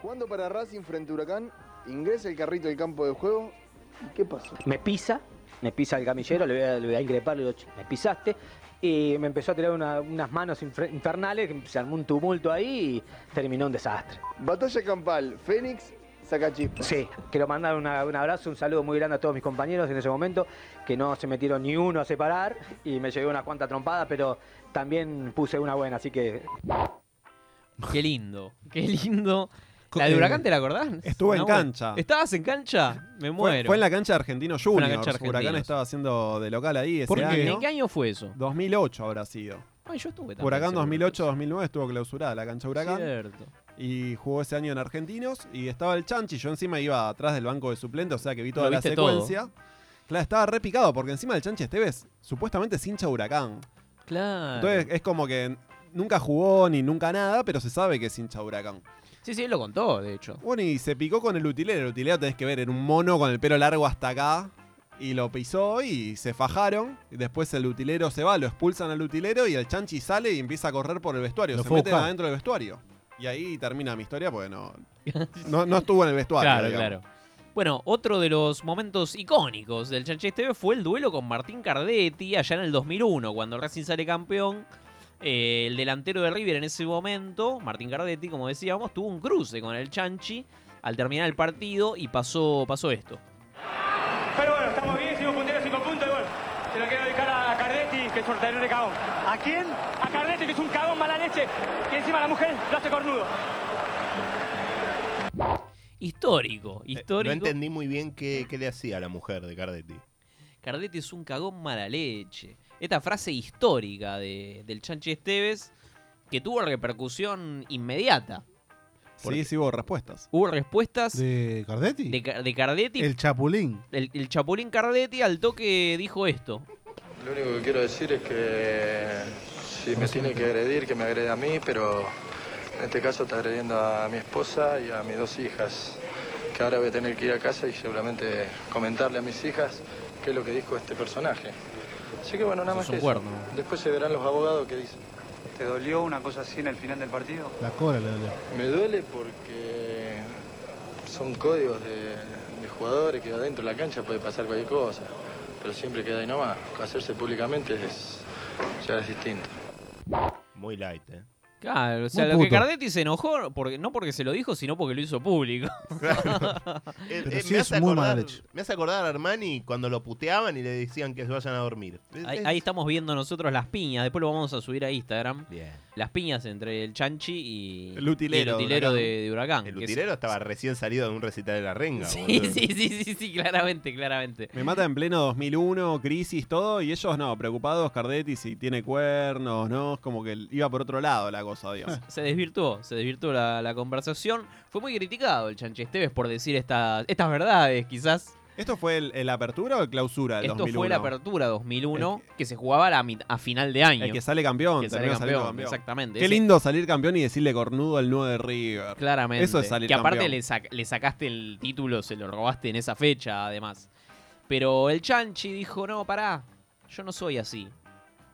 Speaker 17: Jugando para Racing frente a Huracán, ingresa el carrito del campo de juego. ¿Y ¿Qué pasó?
Speaker 15: Me pisa, me pisa el camillero, le voy a, le voy a increpar, le digo, "Che, me pisaste. Y me empezó a tirar una- unas manos infra- infernales, que se armó un tumulto ahí y terminó un desastre.
Speaker 17: Batalla campal, Fénix, Sacachispas.
Speaker 15: Sí, quiero mandar una- un abrazo, un saludo muy grande a todos mis compañeros en ese momento, que no se metieron ni uno a separar y me llevé una cuanta trompada, pero también puse una buena, así que
Speaker 1: Qué lindo, qué lindo.
Speaker 12: Co-
Speaker 1: La de
Speaker 12: eh,
Speaker 1: Huracán, ¿te la acordás?
Speaker 12: estuve en
Speaker 1: Nahuel?
Speaker 12: cancha.
Speaker 1: ¿Estabas en cancha? Me
Speaker 12: Fue-
Speaker 1: muero.
Speaker 12: Fue, en la cancha de Argentino
Speaker 1: Fue en la
Speaker 12: Juniors.
Speaker 1: cancha de
Speaker 12: Huracán
Speaker 1: Argentinos.
Speaker 12: estaba haciendo de local ahí ese
Speaker 1: ¿Por qué?
Speaker 12: año.
Speaker 1: ¿En qué año fue eso?
Speaker 12: 2008 habrá sido.
Speaker 1: Ay, yo estuve también,
Speaker 12: Huracán
Speaker 1: seguro.
Speaker 12: 2008-2009 estuvo clausurada la cancha de Huracán.
Speaker 1: Cierto.
Speaker 12: Y jugó ese año en Argentinos y estaba el Chanchi. Yo encima iba atrás del banco de suplente, o sea que vi toda
Speaker 1: Lo
Speaker 12: la
Speaker 1: viste todo.
Speaker 12: secuencia. Claro, estaba repicado porque encima del Chanchi Esteves supuestamente es hincha de Huracán.
Speaker 1: Ah, Claro.
Speaker 12: Entonces es como que nunca jugó ni nunca nada, pero se sabe que es hincha de Huracán.
Speaker 1: Sí, sí, él lo contó, de hecho.
Speaker 12: Bueno, y se picó con el utilero. El utilero tenés que ver, era un mono con el pelo largo hasta acá. Y lo pisó y se fajaron. Y después el utilero se va, lo expulsan al utilero y el chanchi sale y empieza a correr por el vestuario.
Speaker 2: Lo
Speaker 12: se
Speaker 2: fue a
Speaker 12: meten
Speaker 2: buscar.
Speaker 12: adentro del vestuario. Y ahí termina mi historia porque no, no, no estuvo en el vestuario.
Speaker 1: Claro,
Speaker 12: digamos.
Speaker 1: claro. Bueno, otro de los momentos icónicos del Chanchi TV fue el duelo con Martín Cardetti allá en el 2001, cuando Racing sale campeón. Eh, el delantero de River en ese momento, Martín Cardetti, como decíamos, tuvo un cruce con el Chanchi al terminar el partido y pasó, pasó esto.
Speaker 18: Pero bueno, estamos bien, hicimos puntero, cinco puntos y bueno. Se lo quiero dedicar a Cardetti, que es sortero de cagón. ¿A quién? A Cardetti, que es un cagón mala leche. Y encima la mujer lo hace cornudo.
Speaker 1: Histórico,
Speaker 13: Eh,
Speaker 1: histórico.
Speaker 13: No entendí muy bien qué, qué le hacía a la mujer de Cardetti.
Speaker 1: Cardetti es un cagón mala leche. Esta frase histórica de- del Chanchi Esteves que tuvo repercusión inmediata.
Speaker 12: Sí, sí hubo respuestas.
Speaker 1: Hubo respuestas
Speaker 2: ¿De Cardetti?
Speaker 1: de, Ca- de Cardetti.
Speaker 2: El Chapulín.
Speaker 1: El, el Chapulín Cardetti al toque dijo esto.
Speaker 19: Lo único que quiero decir es que si me tiene que agredir, que me agreda a mí, pero en este caso está agrediendo a mi esposa y a mis dos hijas, que ahora voy a tener que ir a casa y seguramente comentarle a mis hijas qué es lo que dijo este personaje. Así que bueno, nada más
Speaker 1: Eso es
Speaker 19: que
Speaker 1: un
Speaker 19: eso.
Speaker 1: cuerno.
Speaker 19: Después se verán los abogados que dicen.
Speaker 18: ¿Te dolió una cosa así en el final del partido?
Speaker 2: La cola le dolió.
Speaker 19: Me duele porque son códigos de, de jugadores que adentro de la cancha puede pasar cualquier cosa, pero siempre queda ahí nomás. Hacerse públicamente es, ya es distinto.
Speaker 13: Muy light, ¿eh?
Speaker 1: Claro, o sea,
Speaker 13: Muy
Speaker 1: lo que
Speaker 13: puto.
Speaker 1: Cardetti se enojó, porque, no porque se lo dijo, sino porque lo hizo público.
Speaker 13: Eh,
Speaker 2: Pero
Speaker 13: eh,
Speaker 2: sí
Speaker 13: me
Speaker 2: es
Speaker 13: hace
Speaker 2: muy
Speaker 13: acordar-
Speaker 2: mala leche.
Speaker 13: Me hace acordar a Armani cuando lo puteaban y le decían que se vayan a dormir. Eh,
Speaker 1: Ahí, ahí estamos viendo nosotros las piñas, después lo vamos a subir a Instagram. Las piñas entre el Chanchi y
Speaker 13: El utilero,
Speaker 1: y el utilero de, de Huracán.
Speaker 13: El
Speaker 1: que es-
Speaker 13: utilero estaba recién salido de un recital de la renga.
Speaker 1: Sí,
Speaker 13: boludo.
Speaker 1: sí, sí, sí, sí, claramente, claramente.
Speaker 12: Me mata en pleno 2001, crisis, todo, y ellos no, preocupados, Cardetti si tiene cuernos, no, es como que iba por otro lado la cosa, Dios.
Speaker 1: Se desvirtuó, se desvirtuó la, la conversación. Fue muy criticado el Chanchi Esteves por decir esta- estas verdades, quizás.
Speaker 12: ¿Esto fue el, el apertura o el clausura del
Speaker 1: Esto
Speaker 12: 2001?
Speaker 1: fue la apertura 2001 que se jugaba a, la mit- a final de año.
Speaker 12: El que sale campeón,
Speaker 1: Que sale
Speaker 12: termina saliendo
Speaker 1: campeón, exactamente.
Speaker 12: Qué
Speaker 1: Ese-
Speaker 12: lindo salir campeón y decirle cornudo al 9 de River.
Speaker 1: Claramente.
Speaker 12: Eso es salir
Speaker 1: Que aparte
Speaker 12: campeón.
Speaker 1: le, sac- le sacaste el título, se lo robaste en esa fecha, además. Pero el Chanchi dijo, no, pará, yo no soy así.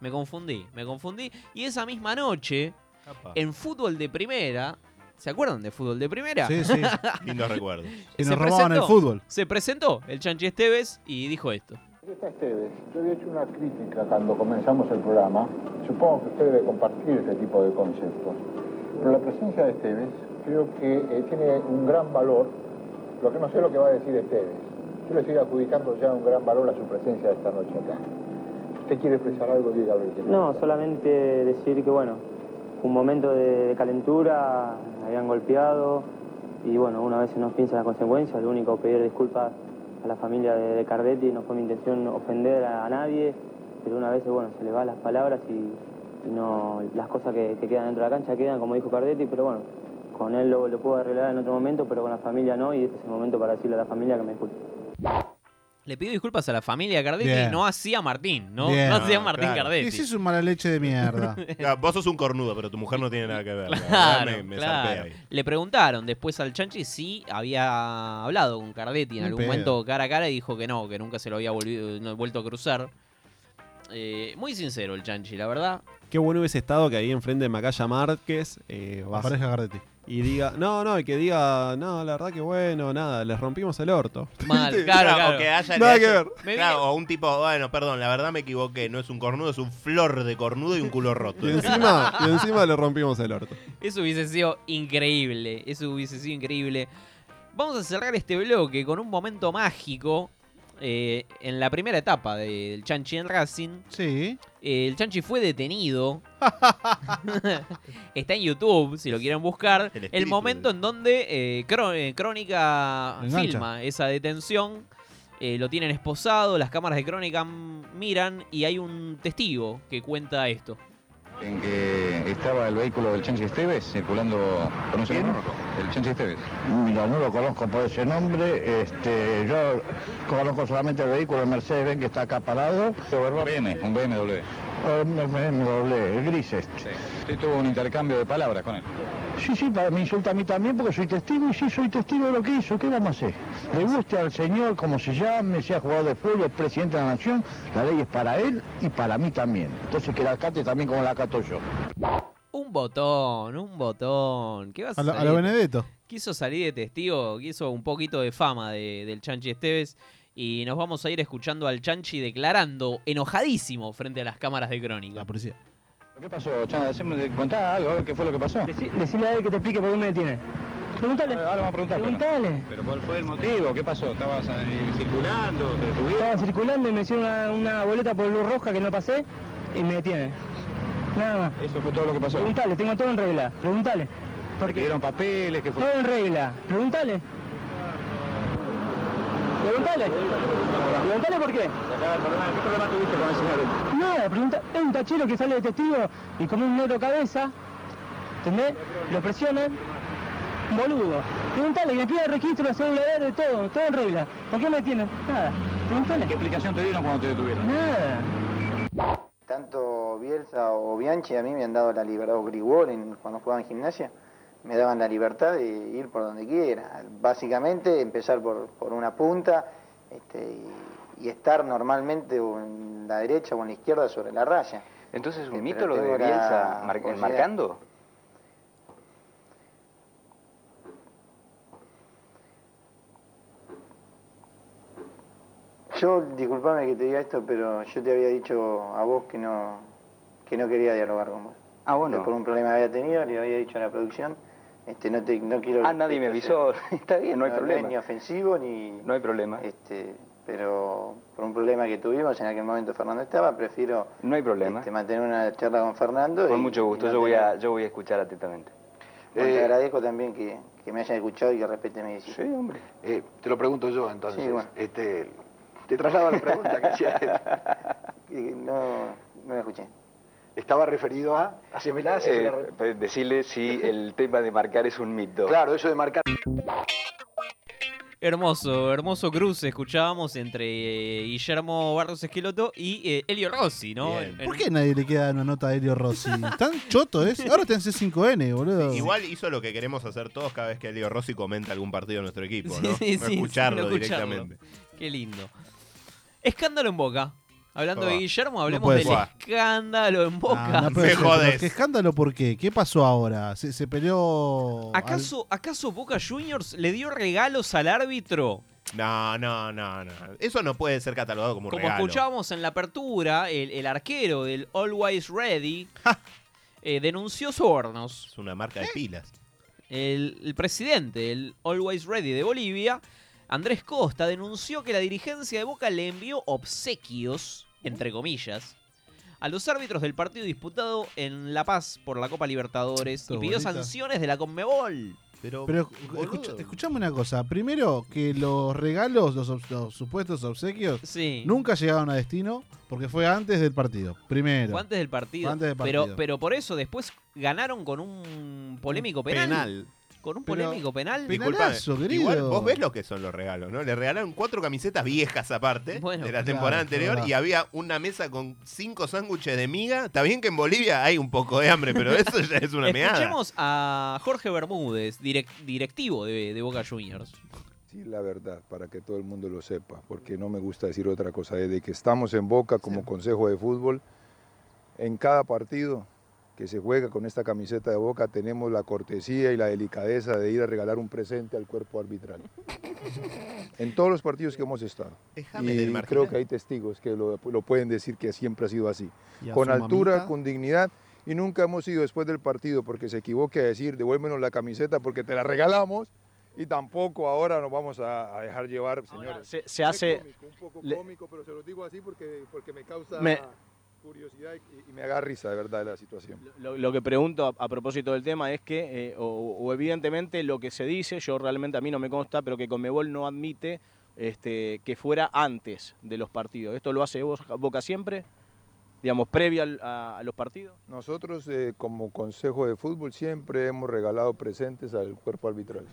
Speaker 1: Me confundí, me confundí. Y esa misma noche, en fútbol de primera, ¿se acuerdan de fútbol de primera?
Speaker 2: Sí, sí.
Speaker 13: Lindo recuerdo.
Speaker 2: Que
Speaker 1: Se
Speaker 2: nos robaban el fútbol.
Speaker 1: Se presentó el Chanchi Esteves y dijo esto.
Speaker 20: Aquí está Esteves. Yo había hecho una crítica cuando comenzamos el programa. Supongo que usted debe compartir este tipo de conceptos. Pero la presencia de Esteves creo que eh, tiene un gran valor. Lo que no sé lo que va a decir Esteves. Yo le estoy adjudicando ya un gran valor a su presencia esta noche acá. ¿Usted quiere expresar algo? Dígalo.
Speaker 21: No, solamente decir que, bueno, un momento de, de calentura, habían golpeado y, bueno, una vez no piensa en las consecuencias. Lo único, pedir disculpas a la familia de, de Cardetti. No fue mi intención ofender a, a nadie, pero una vez, bueno, se le van las palabras y, y no las cosas que, que quedan dentro de la cancha quedan, como dijo Cardetti, pero bueno, con él lo, lo puedo arreglar en otro momento, pero con la familia no y este es el momento para decirle a la familia que me disculpe.
Speaker 1: Le pido disculpas a la familia Cardetti,
Speaker 2: Bien.
Speaker 1: no hacía Martín, ¿no?
Speaker 2: Bien.
Speaker 1: No hacía Martín
Speaker 2: Claro.
Speaker 1: Cardetti.
Speaker 2: Ese es un mala leche de mierda.
Speaker 13: Claro, vos sos un cornudo, pero tu mujer no tiene nada que ver. la verdad,
Speaker 1: Claro,
Speaker 13: me, me
Speaker 1: claro.
Speaker 13: zarpé ahí.
Speaker 1: Le preguntaron después al Chanchi si había hablado con Cardetti en
Speaker 13: Ni
Speaker 1: algún
Speaker 13: pedo.
Speaker 1: momento cara a cara y dijo que no, que nunca se lo había volvido- no, vuelto a cruzar. Eh, muy sincero el Chanchi, la verdad.
Speaker 12: Qué bueno hubiese estado que ahí enfrente de Macaya Márquez eh, vas-
Speaker 2: Aparezca Gardetti.
Speaker 12: y diga, no, no, y que diga, no, la verdad que bueno, nada, les rompimos el orto.
Speaker 1: Mal,
Speaker 13: No, O que haya,
Speaker 12: Nada
Speaker 13: le
Speaker 12: que
Speaker 13: haya-
Speaker 12: ver.
Speaker 13: Claro, o un tipo, bueno, perdón, la verdad me equivoqué. No es un cornudo, es un flor de cornudo y un culo roto.
Speaker 12: Y encima, y encima le rompimos el orto.
Speaker 1: Eso hubiese sido increíble. Eso hubiese sido increíble. Vamos a cerrar este bloque con un momento mágico. eh, en la primera etapa del Chanchi en Racing. Eh,
Speaker 2: Sí.
Speaker 1: el Chanchi fue detenido. Está en YouTube, si lo quieren buscar. El,
Speaker 13: espíritu
Speaker 1: momento en donde eh, Cro- eh, Crónica
Speaker 2: Lo engancha.
Speaker 1: filma esa detención. eh, lo tienen esposado, las cámaras de Crónica mm, miran y hay un testigo que cuenta esto.
Speaker 22: En que estaba el vehículo del Chanchi Esteves circulando con un semáforo. El Chanchi Esteves.
Speaker 23: Mira, no lo conozco por ese nombre. Este, yo conozco solamente el vehículo de Mercedes Benz que está acá parado.
Speaker 22: Un BM, un BMW.
Speaker 23: Un BMW, el gris este.
Speaker 22: Sí. Usted tuvo un intercambio de palabras con él.
Speaker 23: Sí, sí, para- me insulta a mí también porque soy testigo y sí soy testigo de lo que hizo. ¿Qué vamos a hacer? Le guste al señor, como se llame, sea jugador de fútbol, presidente de la nación, la ley es para él y para mí también. Entonces que la acate también como la acato yo.
Speaker 1: Un botón, un botón. ¿Qué vas a,
Speaker 2: A lo- a
Speaker 1: salir?
Speaker 2: lo Benedetto.
Speaker 1: Quiso salir de testigo, quiso un poquito de fama de- del Chanchi Esteves. Y nos vamos a ir escuchando al Chanchi declarando enojadísimo frente a las cámaras de Crónica. La
Speaker 2: policía.
Speaker 22: ¿Qué pasó, Chana? Decime, contá algo, a ver qué fue lo que pasó.
Speaker 21: Decirle a él que te explique por qué me detiene. Pregúntale.
Speaker 22: Ahora vamos a preguntar. pero-
Speaker 21: Pregúntale.
Speaker 22: Pero ¿cuál fue el motivo? ¿Qué pasó? ¿Estabas eh, circulando? ¿Te detuvieron?
Speaker 21: Estaba circulando y me hicieron una, una boleta por luz roja que no pasé y me detiene. Nada más.
Speaker 22: Eso fue todo lo que pasó.
Speaker 21: Preguntale, tengo todo en regla. Preguntale.
Speaker 22: Porque dieron papeles, ¿qué fue?
Speaker 21: Todo en regla. Preguntale. Preguntale. Preguntale por qué.
Speaker 22: ¿Qué problema tuviste con el señor?
Speaker 21: Nada, pregunta, es un tachero que sale de testigo y come un negro cabeza, ¿entendés? Lo presionan, boludo. Preguntale, que me pide registro, la cédula verde, todo, todo en regla. ¿Por qué me tienen? Nada. Preguntale.
Speaker 22: ¿Qué explicación te dieron cuando te detuvieron?
Speaker 21: Nada.
Speaker 24: Tanto Bielsa o Bianchi a mí me han dado la libertad, o Grigol en- cuando jugaba en gimnasia, me daban la libertad de ir por donde quiera. Básicamente empezar por, por una punta este, y, y estar normalmente o en la derecha o en la izquierda sobre la raya. Eh,
Speaker 22: Entonces,
Speaker 24: Pero
Speaker 22: ¿un mito lo de
Speaker 24: tengo la
Speaker 22: Bielsa mar-
Speaker 24: posibilidad-
Speaker 22: marcando?
Speaker 24: Yo, disculpame que te diga esto, pero yo te había dicho a vos que no, que no quería dialogar con vos.
Speaker 22: Ah, bueno.
Speaker 24: Por un problema que había tenido, le había dicho a la producción, este, no, te, no quiero... este,
Speaker 22: Ah, nadie me avisó. Está bien, no hay
Speaker 24: es
Speaker 22: problema.
Speaker 24: ni ofensivo, ni... No
Speaker 22: hay problema.
Speaker 24: Este, pero por un problema que tuvimos, en aquel momento Fernando estaba, prefiero
Speaker 22: No hay problema.
Speaker 24: este, mantener una charla con Fernando.
Speaker 22: Con
Speaker 24: y-
Speaker 22: mucho gusto,
Speaker 24: y no
Speaker 22: yo voy,
Speaker 24: tener-
Speaker 22: a, yo voy a escuchar atentamente.
Speaker 24: Bueno, te
Speaker 22: Eh,
Speaker 24: agradezco también que, que me hayas escuchado y que respete mi decisión.
Speaker 22: Sí, hombre.
Speaker 23: Eh, te lo pregunto yo entonces.
Speaker 24: Sí, bueno.
Speaker 23: Este, te traslado a la pregunta que hacía él.
Speaker 24: No, no la escuché.
Speaker 23: Estaba referido a. Asemelá,
Speaker 22: Eh,
Speaker 23: asemelá.
Speaker 22: pues, decirle si el tema de marcar es un mito.
Speaker 23: Claro, eso de marcar.
Speaker 1: Hermoso, hermoso cruce escuchábamos entre eh, Guillermo Barros Esqueloto y eh, Elio Rossi, ¿no? En-
Speaker 2: ¿Por qué nadie le queda una nota a Helio Rossi? Tan choto es. Ahora está en C5N, boludo. Ah,
Speaker 13: Igual hizo lo que queremos hacer todos cada vez que Leo Rossi comenta algún partido de nuestro equipo, ¿no?
Speaker 1: Sí,
Speaker 13: No
Speaker 1: sí,
Speaker 13: escucharlo
Speaker 1: no escucharlo.
Speaker 13: directamente.
Speaker 1: Qué lindo. Escándalo en Boca. Hablando
Speaker 13: Ah,
Speaker 1: de Guillermo,
Speaker 13: no
Speaker 1: hablemos
Speaker 2: puede
Speaker 1: del
Speaker 2: ser.
Speaker 1: escándalo en Boca.
Speaker 2: Ah, no puede ser, pero ¿Qué escándalo por qué? ¿Qué pasó ahora? ¿Se, se peleó. al-
Speaker 1: ¿Acaso, ¿Acaso Boca Juniors le dio regalos al árbitro?
Speaker 13: No, no, no, no. Eso no puede ser catalogado como un
Speaker 1: Como
Speaker 13: regalo.
Speaker 1: escuchábamos en la apertura, el, el arquero del Always Ready eh, denunció sobornos.
Speaker 13: Es una marca de pilas.
Speaker 1: El, el presidente del Always Ready de Bolivia, Andrés Costa, denunció que la dirigencia de Boca le envió obsequios, entre comillas, a los árbitros del partido disputado en La Paz por la Copa Libertadores
Speaker 2: Esto
Speaker 1: y pidió
Speaker 2: bonita.
Speaker 1: sanciones de la Conmebol.
Speaker 2: Pero escucha- escuchame una cosa. Primero, que los regalos, los, obs- los supuestos obsequios,
Speaker 1: Sí.
Speaker 2: nunca llegaron a destino porque fue antes del partido. Primero.
Speaker 1: Fue antes del partido.
Speaker 2: Fue antes del
Speaker 1: Pero,
Speaker 2: partido.
Speaker 1: pero por eso después ganaron con un polémico penal.
Speaker 13: penal.
Speaker 1: Con un
Speaker 13: Pero-
Speaker 1: polémico penal.
Speaker 13: Disculpame, igual vos ves lo que son los regalos, ¿no? Le regalaron cuatro camisetas viejas aparte de la
Speaker 1: claro,
Speaker 13: temporada anterior
Speaker 1: verdad.
Speaker 13: y había una mesa con cinco sándwiches de miga. Está bien que en Bolivia hay un poco de hambre, pero eso ya es una meada.
Speaker 1: Escuchemos a Jorge Bermúdez, direc- directivo de, de Boca Juniors.
Speaker 3: decir la verdad para que todo el mundo lo sepa, porque no me gusta decir otra cosa. Desde que estamos en Boca como Consejo de Fútbol, en cada partido que se juega con esta camiseta de Boca tenemos la cortesía y la delicadeza de ir a regalar un presente al cuerpo arbitral. En todos los partidos que hemos estado.
Speaker 13: Déjame del
Speaker 3: y
Speaker 13: marginal.
Speaker 3: creo que hay testigos que lo, lo pueden decir que siempre ha sido así.
Speaker 13: Y a
Speaker 3: Con
Speaker 13: su
Speaker 3: altura,
Speaker 13: mamita.
Speaker 3: con dignidad. Y nunca hemos ido después del partido porque se equivoque a decir, devuélvenos la camiseta porque te la regalamos. Y tampoco ahora nos vamos a, a dejar llevar, señores.
Speaker 4: se- se hace-
Speaker 3: un poco
Speaker 4: le-
Speaker 3: cómico, pero se lo digo así porque, porque me causa
Speaker 4: Me-
Speaker 3: curiosidad y, y me agarra risa de verdad de la situación.
Speaker 4: Lo, lo que pregunto a, a propósito del tema es que, eh, o, o evidentemente lo que se dice, yo realmente a mí no me consta, pero que Conmebol no admite este, que fuera antes de los partidos. ¿Esto lo hace Boca, Boca siempre? Digamos, previo al- a, a los partidos.
Speaker 3: Nosotros eh, como Consejo de Fútbol siempre hemos regalado presentes al cuerpo arbitral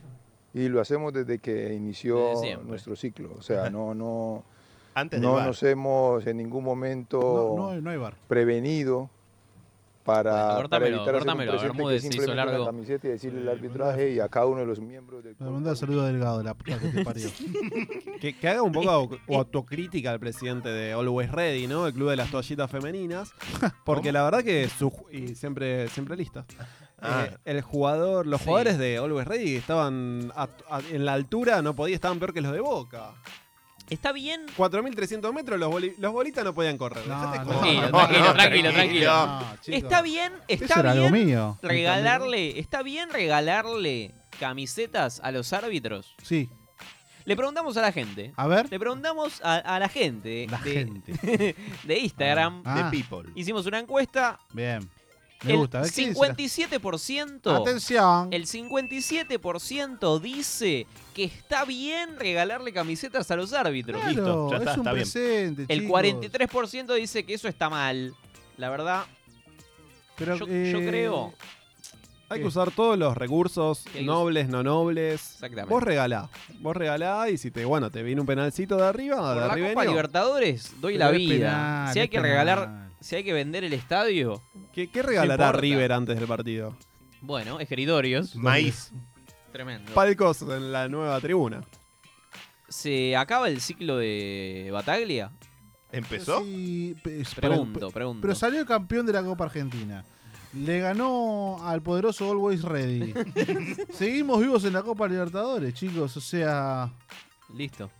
Speaker 3: y lo hacemos desde que inició
Speaker 13: Desde siempre.
Speaker 3: nuestro ciclo. O sea, no, no,
Speaker 13: Antes del
Speaker 3: no
Speaker 13: VAR.
Speaker 3: nos hemos en ningún momento
Speaker 2: No, no hay bar.
Speaker 3: prevenido para,
Speaker 2: Bueno,
Speaker 3: para
Speaker 2: córtamelo,
Speaker 3: evitar hacer un
Speaker 2: córtamelo,
Speaker 3: presente que
Speaker 2: Bermúdez se hizo
Speaker 3: simplemente la
Speaker 2: largo.
Speaker 3: camiseta y decirle al
Speaker 1: Eh,
Speaker 3: arbitraje y a cada uno de los miembros del
Speaker 2: Me mandó saludo a Delgado, la puta que te parió.
Speaker 12: Que, que haga un poco au- autocrítica al presidente de Always Ready, ¿no? El club de las toallitas femeninas. Porque la verdad que su ju- y siempre, siempre lista.
Speaker 13: Ah.
Speaker 12: Eh, el jugador, los
Speaker 13: Sí.
Speaker 12: jugadores de Always Ready estaban a- a- en la altura, no podían, estaban peor que los de Boca.
Speaker 1: Está bien.
Speaker 12: 4.300 metros, los, boli- los bolitas no podían correr. Dejate de joder.
Speaker 1: Tranquilo, tranquilo, tranquilo, tranquilo. está bien, está
Speaker 2: Eso era
Speaker 1: bien
Speaker 2: algo mío.
Speaker 1: regalarle, está bien regalarle camisetas a los árbitros.
Speaker 2: Sí.
Speaker 1: Le preguntamos a la gente.
Speaker 2: A ver.
Speaker 1: Le preguntamos a, a la gente. de, de Instagram.
Speaker 2: Ah.
Speaker 13: De people.
Speaker 1: Hicimos una encuesta.
Speaker 2: Bien. Me
Speaker 1: el
Speaker 2: gusta. A ver, ¿qué dice la-
Speaker 1: 57%.
Speaker 2: Atención.
Speaker 1: El 57% dice que está bien regalarle camisetas a los árbitros.
Speaker 2: Claro,
Speaker 1: Listo, ya
Speaker 2: es
Speaker 1: está,
Speaker 2: un
Speaker 1: está bien.
Speaker 2: presente,
Speaker 1: El
Speaker 2: chicos.
Speaker 1: 43% dice que eso está mal. La verdad,
Speaker 2: Pero,
Speaker 1: yo, yo
Speaker 2: eh,
Speaker 1: creo.
Speaker 12: Hay
Speaker 1: ¿Qué?
Speaker 12: que usar todos los recursos,
Speaker 1: hay que
Speaker 12: nobles, no nobles.
Speaker 1: Exactamente.
Speaker 12: Vos regalá. Vos regalá y si te, bueno, te viene un penalcito de arriba,
Speaker 1: Por
Speaker 12: de
Speaker 1: la
Speaker 12: arriba.
Speaker 1: Copa Libertadores doy
Speaker 12: Pero
Speaker 1: la
Speaker 12: es
Speaker 1: vida.
Speaker 12: penal,
Speaker 1: si hay
Speaker 12: es
Speaker 1: que
Speaker 12: penal.
Speaker 1: regalar, si hay que vender el estadio.
Speaker 12: ¿Qué, qué regalará
Speaker 1: importa?
Speaker 12: River antes del partido?
Speaker 1: Bueno, escritorios.
Speaker 12: Maíz.
Speaker 1: Tremendo.
Speaker 12: Palcos en la nueva tribuna.
Speaker 1: ¿Se acaba el ciclo de Bataglia?
Speaker 13: ¿Empezó?
Speaker 2: Sí, pe- es-
Speaker 1: Pregunto,
Speaker 2: para- pe-
Speaker 1: pregunto.
Speaker 2: Pero salió campeón de la Copa Argentina. Le ganó al poderoso Always Ready. Seguimos vivos en la Copa Libertadores, chicos. O sea,
Speaker 1: Listo.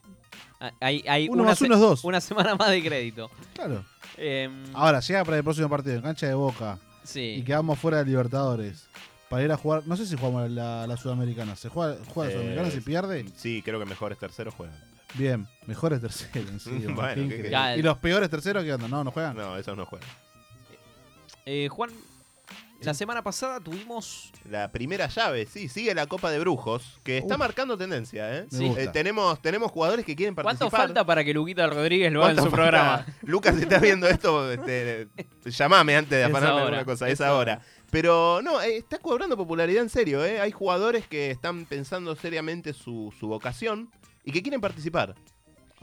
Speaker 1: Ah, Hay, hay
Speaker 2: Uno
Speaker 1: una
Speaker 2: más
Speaker 1: se-
Speaker 2: uno es dos.
Speaker 1: Una semana más de crédito.
Speaker 2: claro.
Speaker 1: Em,
Speaker 2: Ahora llega para el próximo partido en cancha de Boca.
Speaker 1: Sí.
Speaker 2: Y quedamos fuera de Libertadores. Para ir a jugar, no sé si jugamos la, la Sudamericana. ¿Se juega, juega la Sudamericana
Speaker 13: Eh,
Speaker 2: si pierde?
Speaker 13: Sí, creo que mejores terceros juegan.
Speaker 2: Bien, mejores terceros. encima,
Speaker 13: Bueno,
Speaker 2: qué
Speaker 13: ¿qué
Speaker 2: increíble.
Speaker 13: querés?
Speaker 2: Ah. ¿Y los peores terceros qué onda? No, no juegan.
Speaker 13: No, esos no juegan.
Speaker 1: eh, Juan, La semana pasada tuvimos.
Speaker 13: La primera llave, sí, sigue la Copa de Brujos, que está
Speaker 1: Uf.
Speaker 13: marcando tendencia, ¿eh?
Speaker 1: Me Sí. gusta.
Speaker 13: Eh,
Speaker 2: Ah,
Speaker 13: tenemos, tenemos jugadores que quieren participar.
Speaker 1: ¿Cuánto falta para que Luquita Rodríguez lo haga en su
Speaker 13: ¿Cuánto falta?
Speaker 1: programa?
Speaker 13: Lucas, si estás viendo esto, este, llamame antes de
Speaker 1: Es
Speaker 13: afanarme
Speaker 1: ahora,
Speaker 13: alguna cosa,
Speaker 1: es
Speaker 13: es ahora. Pero no, eh, está cobrando popularidad en serio, ¿eh? Hay jugadores que están pensando seriamente su, su vocación y que quieren participar.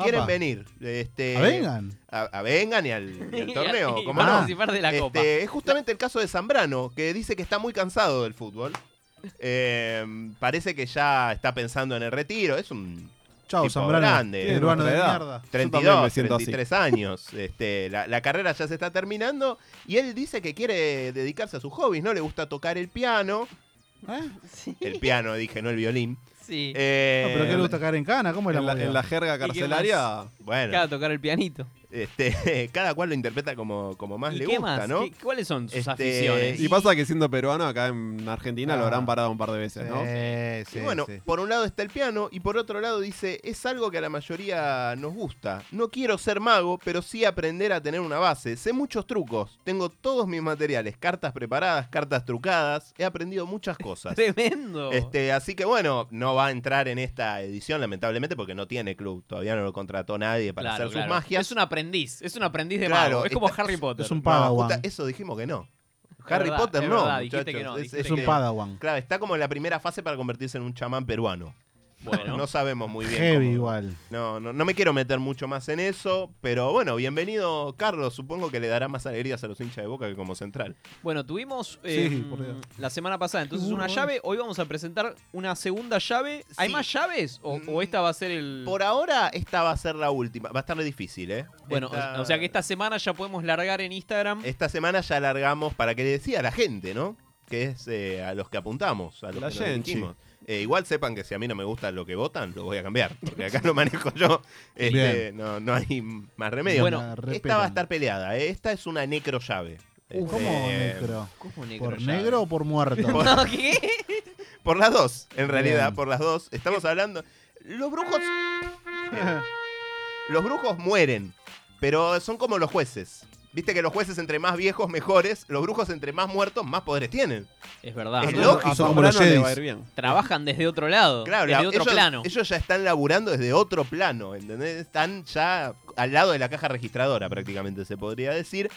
Speaker 13: Quieren
Speaker 2: Apa.
Speaker 13: venir. Este,
Speaker 2: ¿A Vengan?
Speaker 13: A, a Vengan y al, y al
Speaker 1: Y a-
Speaker 13: torneo.
Speaker 1: y
Speaker 13: ¿cómo
Speaker 2: Ah.
Speaker 13: no?
Speaker 1: participar de la
Speaker 13: Este,
Speaker 1: Copa.
Speaker 13: Es justamente el caso de Zambrano, que dice que está muy cansado del fútbol. Eh, parece que ya está pensando en el retiro. Es un
Speaker 2: Chao,
Speaker 13: tipo
Speaker 2: Zambrano.
Speaker 13: grande. eh,
Speaker 2: Tiene Peruano de nuestra edad. mierda. Yo también me
Speaker 13: 32,
Speaker 2: siento así.
Speaker 13: 33 años. Este, la, la carrera ya se está terminando y él dice que quiere dedicarse a sus hobbies, ¿no? Le gusta tocar el piano.
Speaker 2: ¿Eh?
Speaker 13: El piano, dije, no el violín.
Speaker 1: Sí.
Speaker 13: Eh,
Speaker 2: No, pero ¿qué le gusta caer en cana? ¿Cómo es la,
Speaker 13: en la-
Speaker 2: movida?
Speaker 13: en la jerga
Speaker 1: ¿Y qué carcelaria, más?
Speaker 13: Bueno.
Speaker 1: Cada tocar el pianito.
Speaker 13: Este, cada cual lo interpreta como, como más
Speaker 1: ¿Y
Speaker 13: le
Speaker 1: qué
Speaker 13: gusta,
Speaker 1: más?
Speaker 13: ¿no?
Speaker 1: ¿Qué- cuáles son sus
Speaker 13: Este,
Speaker 1: aficiones?
Speaker 12: Y pasa que siendo peruano acá en Argentina lo
Speaker 13: Ah.
Speaker 12: habrán parado un par de veces, ¿no?
Speaker 13: Sí, y bueno, por un lado está el piano y por otro lado dice, es algo que a la mayoría nos gusta. No quiero ser mago, pero sí aprender a tener una base. Sé muchos trucos, tengo todos mis materiales, cartas preparadas, cartas trucadas, he aprendido muchas cosas.
Speaker 1: Tremendo.
Speaker 13: Este, así que bueno, no va a entrar en esta edición lamentablemente porque no tiene club, todavía no lo contrató nadie para
Speaker 1: Claro,
Speaker 13: hacer
Speaker 1: claro.
Speaker 13: sus magias.
Speaker 1: Es un aprendiz, es un aprendiz de
Speaker 13: Claro,
Speaker 1: mago. Es como
Speaker 13: está-
Speaker 1: Harry Potter.
Speaker 13: No, puta, eso dijimos que no.
Speaker 1: Es
Speaker 13: Harry
Speaker 1: verdad,
Speaker 13: Potter
Speaker 1: es
Speaker 13: no,
Speaker 1: verdad, dijiste
Speaker 13: muchachos.
Speaker 1: que no,
Speaker 13: Es-
Speaker 1: dijiste
Speaker 13: es
Speaker 1: que
Speaker 13: que-
Speaker 1: no.
Speaker 2: Padawan.
Speaker 13: Claro, está como en la primera fase para convertirse en un chamán peruano.
Speaker 1: Bueno.
Speaker 13: no sabemos muy bien.
Speaker 2: Heavy
Speaker 13: cómo-
Speaker 2: igual.
Speaker 13: No, no, no me quiero meter mucho más en eso, pero bueno, bienvenido Carlos. Supongo que le dará más alegrías a los hinchas de Boca que como central.
Speaker 1: Bueno, tuvimos
Speaker 13: Sí,
Speaker 1: eh,
Speaker 13: por Dios.
Speaker 1: la semana pasada entonces
Speaker 13: Uh,
Speaker 1: una
Speaker 13: bueno.
Speaker 1: llave. Hoy vamos a presentar una segunda llave. ¿Hay
Speaker 13: Sí. Mm,
Speaker 1: más llaves? ¿O, o esta va a ser el.?
Speaker 13: Por ahora esta va a ser la última. Va a estar difícil, ¿eh?
Speaker 1: Bueno, o-
Speaker 13: Esta-
Speaker 1: o sea que esta semana ya podemos largar en Instagram.
Speaker 13: Esta semana ya alargamos para que le decía a la gente, ¿no? Que es eh, a los que apuntamos, a los
Speaker 12: La
Speaker 13: que nos
Speaker 12: gente.
Speaker 13: dijimos. Eh, igual sepan que si a mí no me gusta lo que votan, lo voy a cambiar. Porque acá lo manejo yo. Este,
Speaker 12: Bien.
Speaker 13: no, no hay más remedio.
Speaker 1: Bueno,
Speaker 13: esta
Speaker 1: respetan.
Speaker 13: va a estar peleada. eh. Esta es una necro llave. Este,
Speaker 2: Uf, Eh, Uh, ¿Cómo necro?
Speaker 1: ¿Cómo negro?
Speaker 2: ¿Por
Speaker 13: llave?
Speaker 2: negro o por muerto?
Speaker 13: Eh, Por, por las dos, en realidad,
Speaker 2: Bien.
Speaker 13: por las dos. Estamos hablando. Los brujos. Los brujos mueren, pero son como los jueces. Viste que los jueces entre más viejos mejores, los brujos entre más muertos más poderes tienen.
Speaker 1: Es verdad.
Speaker 13: Es lógico.
Speaker 12: Son como los
Speaker 13: Zambrano le
Speaker 12: Jedis.
Speaker 13: va a ir bien.
Speaker 1: Trabajan desde otro lado.
Speaker 13: Claro,
Speaker 1: desde
Speaker 13: la-
Speaker 1: otro
Speaker 13: ellos,
Speaker 1: plano.
Speaker 13: ellos ya están laburando desde otro plano, ¿entendés? Están ya al lado de la caja registradora prácticamente, se podría decir.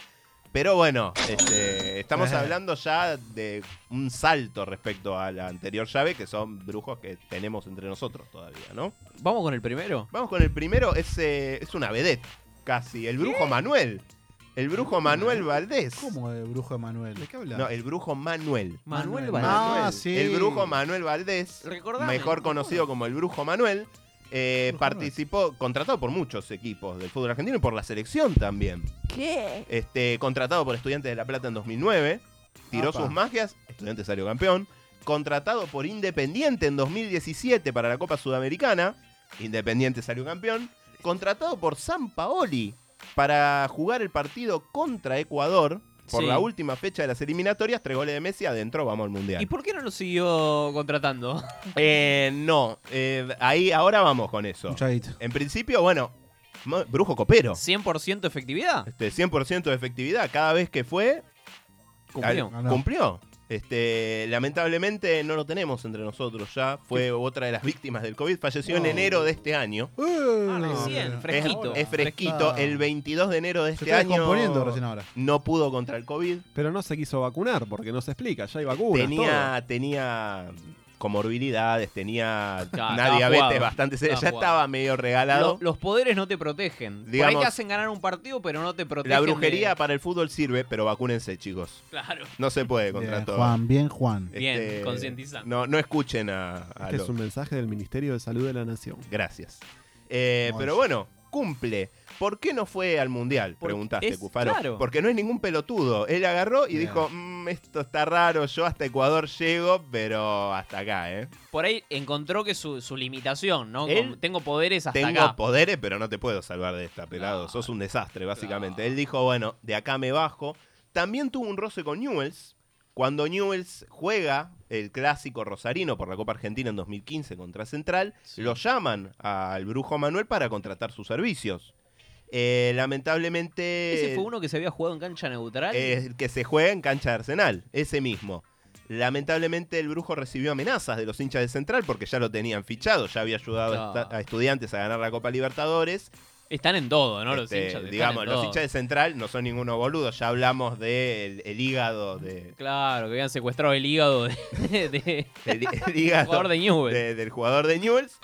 Speaker 13: Pero bueno, este, estamos hablando ya de un salto respecto a la anterior llave, que son brujos que tenemos entre nosotros todavía, ¿no?
Speaker 1: ¿Vamos con el primero?
Speaker 13: Vamos con el primero, es, eh, es una vedette, casi, el brujo Manuel. El brujo Manuel Valdés.
Speaker 2: ¿Cómo el brujo de Manuel? ¿De qué hablas?
Speaker 13: No, el brujo Manuel.
Speaker 1: Manuel
Speaker 2: Valdés. Ah, sí.
Speaker 13: El brujo Manuel Valdés,
Speaker 1: Recordame.
Speaker 13: mejor conocido como el brujo Manuel, eh, participó, contratado por muchos equipos del fútbol argentino y por la selección también.
Speaker 5: ¿Qué?
Speaker 13: Este, contratado por Estudiantes de La Plata en 2009, tiró
Speaker 2: Apa.
Speaker 13: sus magias, Estudiantes salió campeón. Contratado por Independiente en 2017 para la Copa Sudamericana, Independiente salió campeón. Contratado por San Paoli para jugar el partido contra Ecuador por
Speaker 1: Sí.
Speaker 13: la última fecha de las eliminatorias, tres goles de Messi, adentro vamos al Mundial.
Speaker 1: ¿Y por qué no lo siguió contratando?
Speaker 13: Eh, no, eh, ahí ahora vamos con eso. En principio, bueno, ma- brujo copero.
Speaker 1: 100% efectividad.
Speaker 13: Este, 100% de efectividad. Cada vez que fue,
Speaker 1: Cumplió.
Speaker 13: al- cumplió. Este, lamentablemente no lo tenemos entre nosotros ya. Fue otra de las víctimas del COVID. Falleció en
Speaker 2: No.
Speaker 13: enero de este año.
Speaker 12: Ah,
Speaker 1: Ah, recién,
Speaker 13: Es-
Speaker 1: fresquito.
Speaker 13: Es, fresquito.
Speaker 1: Está-
Speaker 13: El 22 de enero de
Speaker 2: Se
Speaker 13: este
Speaker 2: está
Speaker 13: año
Speaker 2: descomponiendo recién ahora.
Speaker 13: no pudo contra el COVID.
Speaker 12: Pero no se quiso vacunar porque no se explica, ya hay vacunas.
Speaker 13: tenía, tenía comorbilidades, tenía
Speaker 1: Claro,
Speaker 13: una
Speaker 1: estaba
Speaker 13: diabetes
Speaker 1: jugado.
Speaker 13: bastante seria,
Speaker 1: Estaba
Speaker 13: ya
Speaker 1: jugado.
Speaker 13: estaba medio regalado.
Speaker 1: Lo- los poderes no te protegen. Por ahí
Speaker 13: Digamos-
Speaker 1: te hacen ganar un partido, pero no te protegen.
Speaker 13: La brujería
Speaker 1: de-
Speaker 13: para el fútbol sirve, pero vacúnense, chicos.
Speaker 1: Claro.
Speaker 13: No se puede contra
Speaker 2: Bien,
Speaker 13: todo. Este,
Speaker 2: Juan, bien, Juan.
Speaker 1: Bien, concientizando.
Speaker 13: No, no escuchen a, a
Speaker 12: Este
Speaker 13: lo-
Speaker 12: es un mensaje del Ministerio de Salud de la Nación.
Speaker 13: Gracias. Eh,
Speaker 12: Monstruo.
Speaker 13: pero bueno, cumple. ¿Por qué no fue al mundial? Preguntaste,
Speaker 12: es-
Speaker 13: Cufaro.
Speaker 12: claro.
Speaker 13: Porque no es ningún pelotudo. Él agarró y
Speaker 1: Bien.
Speaker 13: dijo: "Mm, Esto está raro, yo hasta Ecuador llego, pero hasta acá, ¿eh?
Speaker 1: Por ahí encontró que su, su limitación, ¿no?
Speaker 13: Él-
Speaker 1: Como, tengo poderes hasta
Speaker 13: Tengo
Speaker 1: acá. Ah,
Speaker 13: poderes, pero no te puedo salvar de esta, pelado. Sos un desastre, básicamente. Él dijo, bueno, de acá me bajo. También tuvo un roce con Newells. Cuando Newells juega el clásico rosarino por la Copa Argentina en 2015 contra Central, lo llaman al brujo Manuel para contratar sus servicios. Eh, lamentablemente.
Speaker 1: Ese fue uno que se había jugado en cancha neutral.
Speaker 13: Eh, el que se juega en cancha de Arsenal, ese mismo. Lamentablemente el brujo recibió amenazas de los hinchas de Central porque ya lo tenían fichado, ya había ayudado a
Speaker 1: No.
Speaker 13: esta- a estudiantes a ganar la Copa Libertadores.
Speaker 1: Están en todo, ¿no? Los
Speaker 13: Este,
Speaker 1: hinchas. están
Speaker 13: digamos,
Speaker 1: en
Speaker 13: los
Speaker 1: todo.
Speaker 13: hinchas de Central no son ninguno boludo, ya hablamos del el hígado de...
Speaker 1: Claro, que habían secuestrado el hígado de, de-
Speaker 13: El, el
Speaker 1: del
Speaker 13: hígado
Speaker 1: jugador de Newell's.
Speaker 13: de- del jugador de Newell's.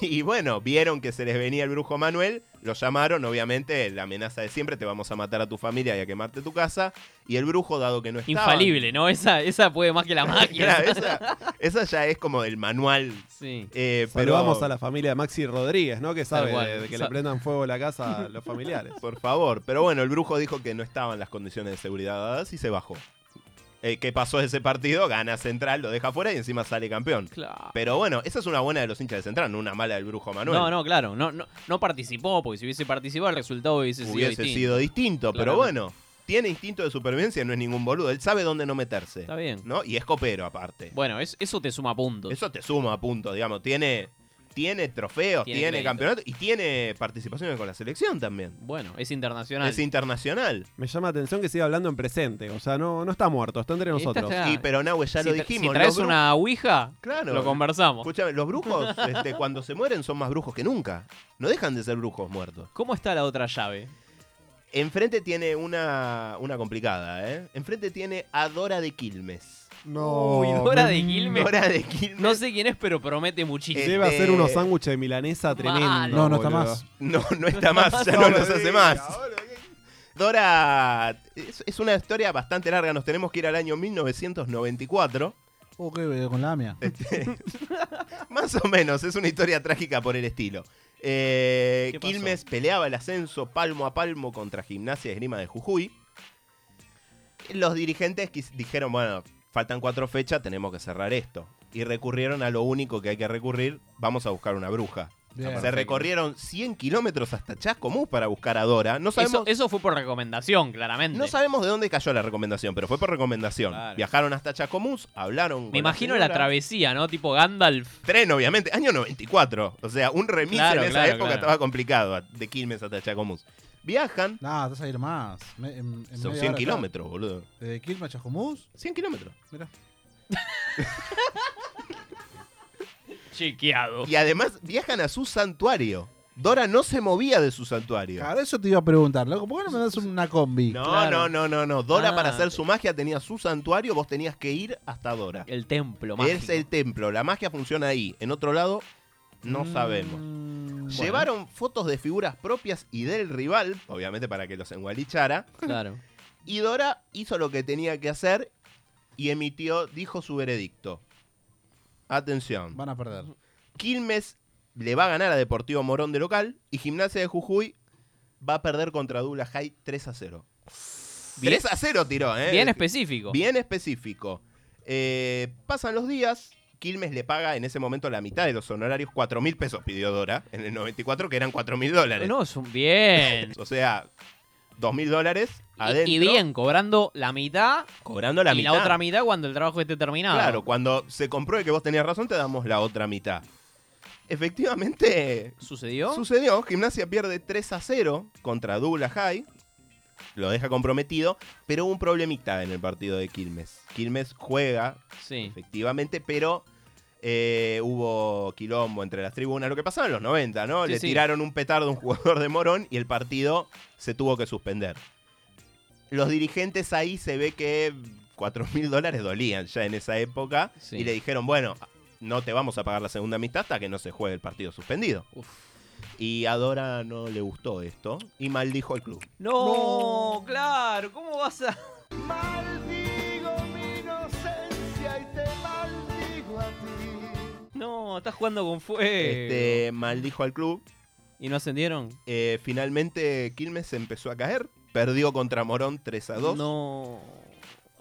Speaker 13: Y bueno, vieron que se les venía el brujo Manuel, lo llamaron, obviamente la amenaza de siempre, te vamos a matar a tu familia y a quemarte tu casa. Y el brujo, dado que no estaba...
Speaker 1: Infalible, ¿no? Esa, esa puede más que la magia.
Speaker 13: Ah, Claro, esa, esa ya es como el manual.
Speaker 1: Sí.
Speaker 13: Eh,
Speaker 12: Pero
Speaker 13: pero
Speaker 12: vamos a la familia de Maxi Rodríguez, ¿no? Que sabe
Speaker 13: cual.
Speaker 12: de, de que
Speaker 13: Sa-
Speaker 12: le prendan fuego la casa a los familiares.
Speaker 13: Por favor. Pero bueno, el brujo dijo que no estaban las condiciones de seguridad dadas y se bajó. Eh, ¿Qué pasó ese partido? Gana Central, lo deja fuera y encima sale campeón. Pero bueno, esa es una buena de los hinchas de Central, no una mala del brujo Manuel.
Speaker 1: No, no, claro. No, no, no participó, porque si hubiese participado el resultado hubiese,
Speaker 13: Hubiese
Speaker 1: sido distinto.
Speaker 13: sido distinto, pero
Speaker 1: Claramente.
Speaker 13: bueno. Tiene instinto de supervivencia, no es ningún boludo. Él sabe dónde no meterse.
Speaker 1: Está bien.
Speaker 13: ¿No? Y es copero aparte.
Speaker 1: Bueno, es- eso te suma puntos.
Speaker 13: Eso te suma puntos, digamos. Tiene, tiene trofeos,
Speaker 1: Tiene
Speaker 13: tiene,
Speaker 1: crédito.
Speaker 13: campeonato y tiene participaciones con la selección también.
Speaker 1: Bueno, es internacional.
Speaker 13: Es internacional.
Speaker 12: Me llama la atención que siga hablando en presente. O sea, no, no está muerto, está entre nosotros.
Speaker 13: Y pero Nahue ya
Speaker 1: Si
Speaker 13: lo
Speaker 1: tra-
Speaker 13: dijimos.
Speaker 1: si traes
Speaker 13: los bru-
Speaker 1: una ouija,
Speaker 13: Claro.
Speaker 1: lo conversamos.
Speaker 13: Escúchame, los brujos este, cuando se mueren son más brujos que nunca. No dejan de ser brujos muertos.
Speaker 1: ¿Cómo está la otra llave?
Speaker 13: Enfrente tiene una, una complicada, ¿eh? Enfrente tiene a Dora de Quilmes. Oh,
Speaker 12: No,
Speaker 1: Uy, Dora de
Speaker 12: mm.
Speaker 1: Quilmes.
Speaker 13: Dora de Quilmes.
Speaker 1: No sé quién es, pero promete muchísimo.
Speaker 13: Eh,
Speaker 12: Debe hacer unos sándwiches de milanesa tremendo.
Speaker 2: No, no está más.
Speaker 13: No, no está más, ya no los hace más. Dora, es, es una historia bastante larga, nos tenemos que ir al año 1994.
Speaker 2: Oh, qué veo con la AMIA.
Speaker 13: Este, Más o menos, es una historia trágica por el estilo. Eh, Quilmes peleaba el ascenso palmo a palmo contra Gimnasia y Esgrima de Jujuy. Los dirigentes quis- dijeron, bueno, faltan cuatro fechas, tenemos que cerrar esto. Y recurrieron a lo único que hay que recurrir, vamos a buscar una bruja.
Speaker 1: Bien.
Speaker 13: Se
Speaker 1: Perfecto.
Speaker 13: recorrieron 100 kilómetros hasta Chascomús para buscar a Dora. No sabemos,
Speaker 1: Eso, eso fue por recomendación, claramente.
Speaker 13: no sabemos de dónde cayó la recomendación, pero fue por recomendación. Viajaron hasta Chascomús, hablaron con
Speaker 1: Me imagino la
Speaker 13: señora.
Speaker 1: travesía, ¿no? Tipo Gandalf.
Speaker 13: Tren, obviamente, año 94. O sea, un remis
Speaker 1: Claro,
Speaker 13: en esa
Speaker 1: claro,
Speaker 13: época
Speaker 1: claro.
Speaker 13: estaba complicado, de Quilmes hasta Chacomús. Viajan.
Speaker 2: Nah, estás a ir más. Me- en- en
Speaker 13: Son
Speaker 2: media
Speaker 13: 100
Speaker 2: hora
Speaker 13: kilómetros, boludo.
Speaker 2: está. ¿De Quilmes a Chascomús?
Speaker 13: 100 kilómetros.
Speaker 2: Mira.
Speaker 1: Chequeado.
Speaker 13: Y además viajan a su santuario. Dora no se movía de su santuario.
Speaker 2: Claro, eso te iba a preguntar, loco. ¿Por qué no me das una combi?
Speaker 13: No, no, no, no, no. Dora
Speaker 2: Ah.
Speaker 13: para hacer su magia tenía su santuario, vos tenías que ir hasta Dora.
Speaker 1: El templo,
Speaker 13: Es el templo, la magia funciona ahí. En otro lado, no
Speaker 1: Mm.
Speaker 13: sabemos. Llevaron fotos de figuras propias y del rival, obviamente para que los engualichara.
Speaker 1: Claro.
Speaker 13: Y Dora hizo lo que tenía que hacer y emitió, dijo su veredicto. Atención.
Speaker 2: Van a perder.
Speaker 13: Quilmes le va a ganar a Deportivo Morón de local y Gimnasia de Jujuy va a perder contra Dula High 3 a 0.
Speaker 1: Bien-
Speaker 13: 3 a 0 tiró, ¿eh?
Speaker 1: bien específico.
Speaker 13: Bien específico. Eh, pasan los días. Quilmes le paga en ese momento la mitad de los honorarios, 4 mil pesos pidió Dora en el 94, que eran 4 mil dólares.
Speaker 1: No, es un bien.
Speaker 13: o sea, 2 mil dólares adentro.
Speaker 1: Y, y bien, cobrando la mitad.
Speaker 13: Cobrando la
Speaker 1: y
Speaker 13: mitad.
Speaker 1: la otra mitad cuando el trabajo esté terminado.
Speaker 13: Claro, cuando se compruebe que vos tenías razón, te damos la otra mitad. Efectivamente.
Speaker 1: ¿Sucedió?
Speaker 13: Sucedió. Gimnasia pierde 3 a 0 contra Douglas High. Lo deja comprometido, pero hubo un problemita en el partido de Quilmes. Quilmes juega, efectivamente, pero eh, hubo quilombo entre las tribunas. Lo que pasaba en los 90, ¿no?
Speaker 1: Sí,
Speaker 13: Le
Speaker 1: sí.
Speaker 13: tiraron un petardo a un jugador de Morón y el partido se tuvo que suspender los dirigentes ahí se ve que 4 mil dólares dolían ya en esa época. Y le dijeron, bueno, no te vamos a pagar la segunda mitad hasta que no se juegue el partido suspendido. Y a Dora no le gustó esto y maldijo el club.
Speaker 1: No, claro, ¿cómo vas a.? No, estás jugando con fuego. Eh,
Speaker 13: Este, maldijo al club.
Speaker 1: ¿Y no ascendieron?
Speaker 13: eh, finalmente Quilmes se empezó a caer. Perdió contra Morón 3 a 2.
Speaker 1: No.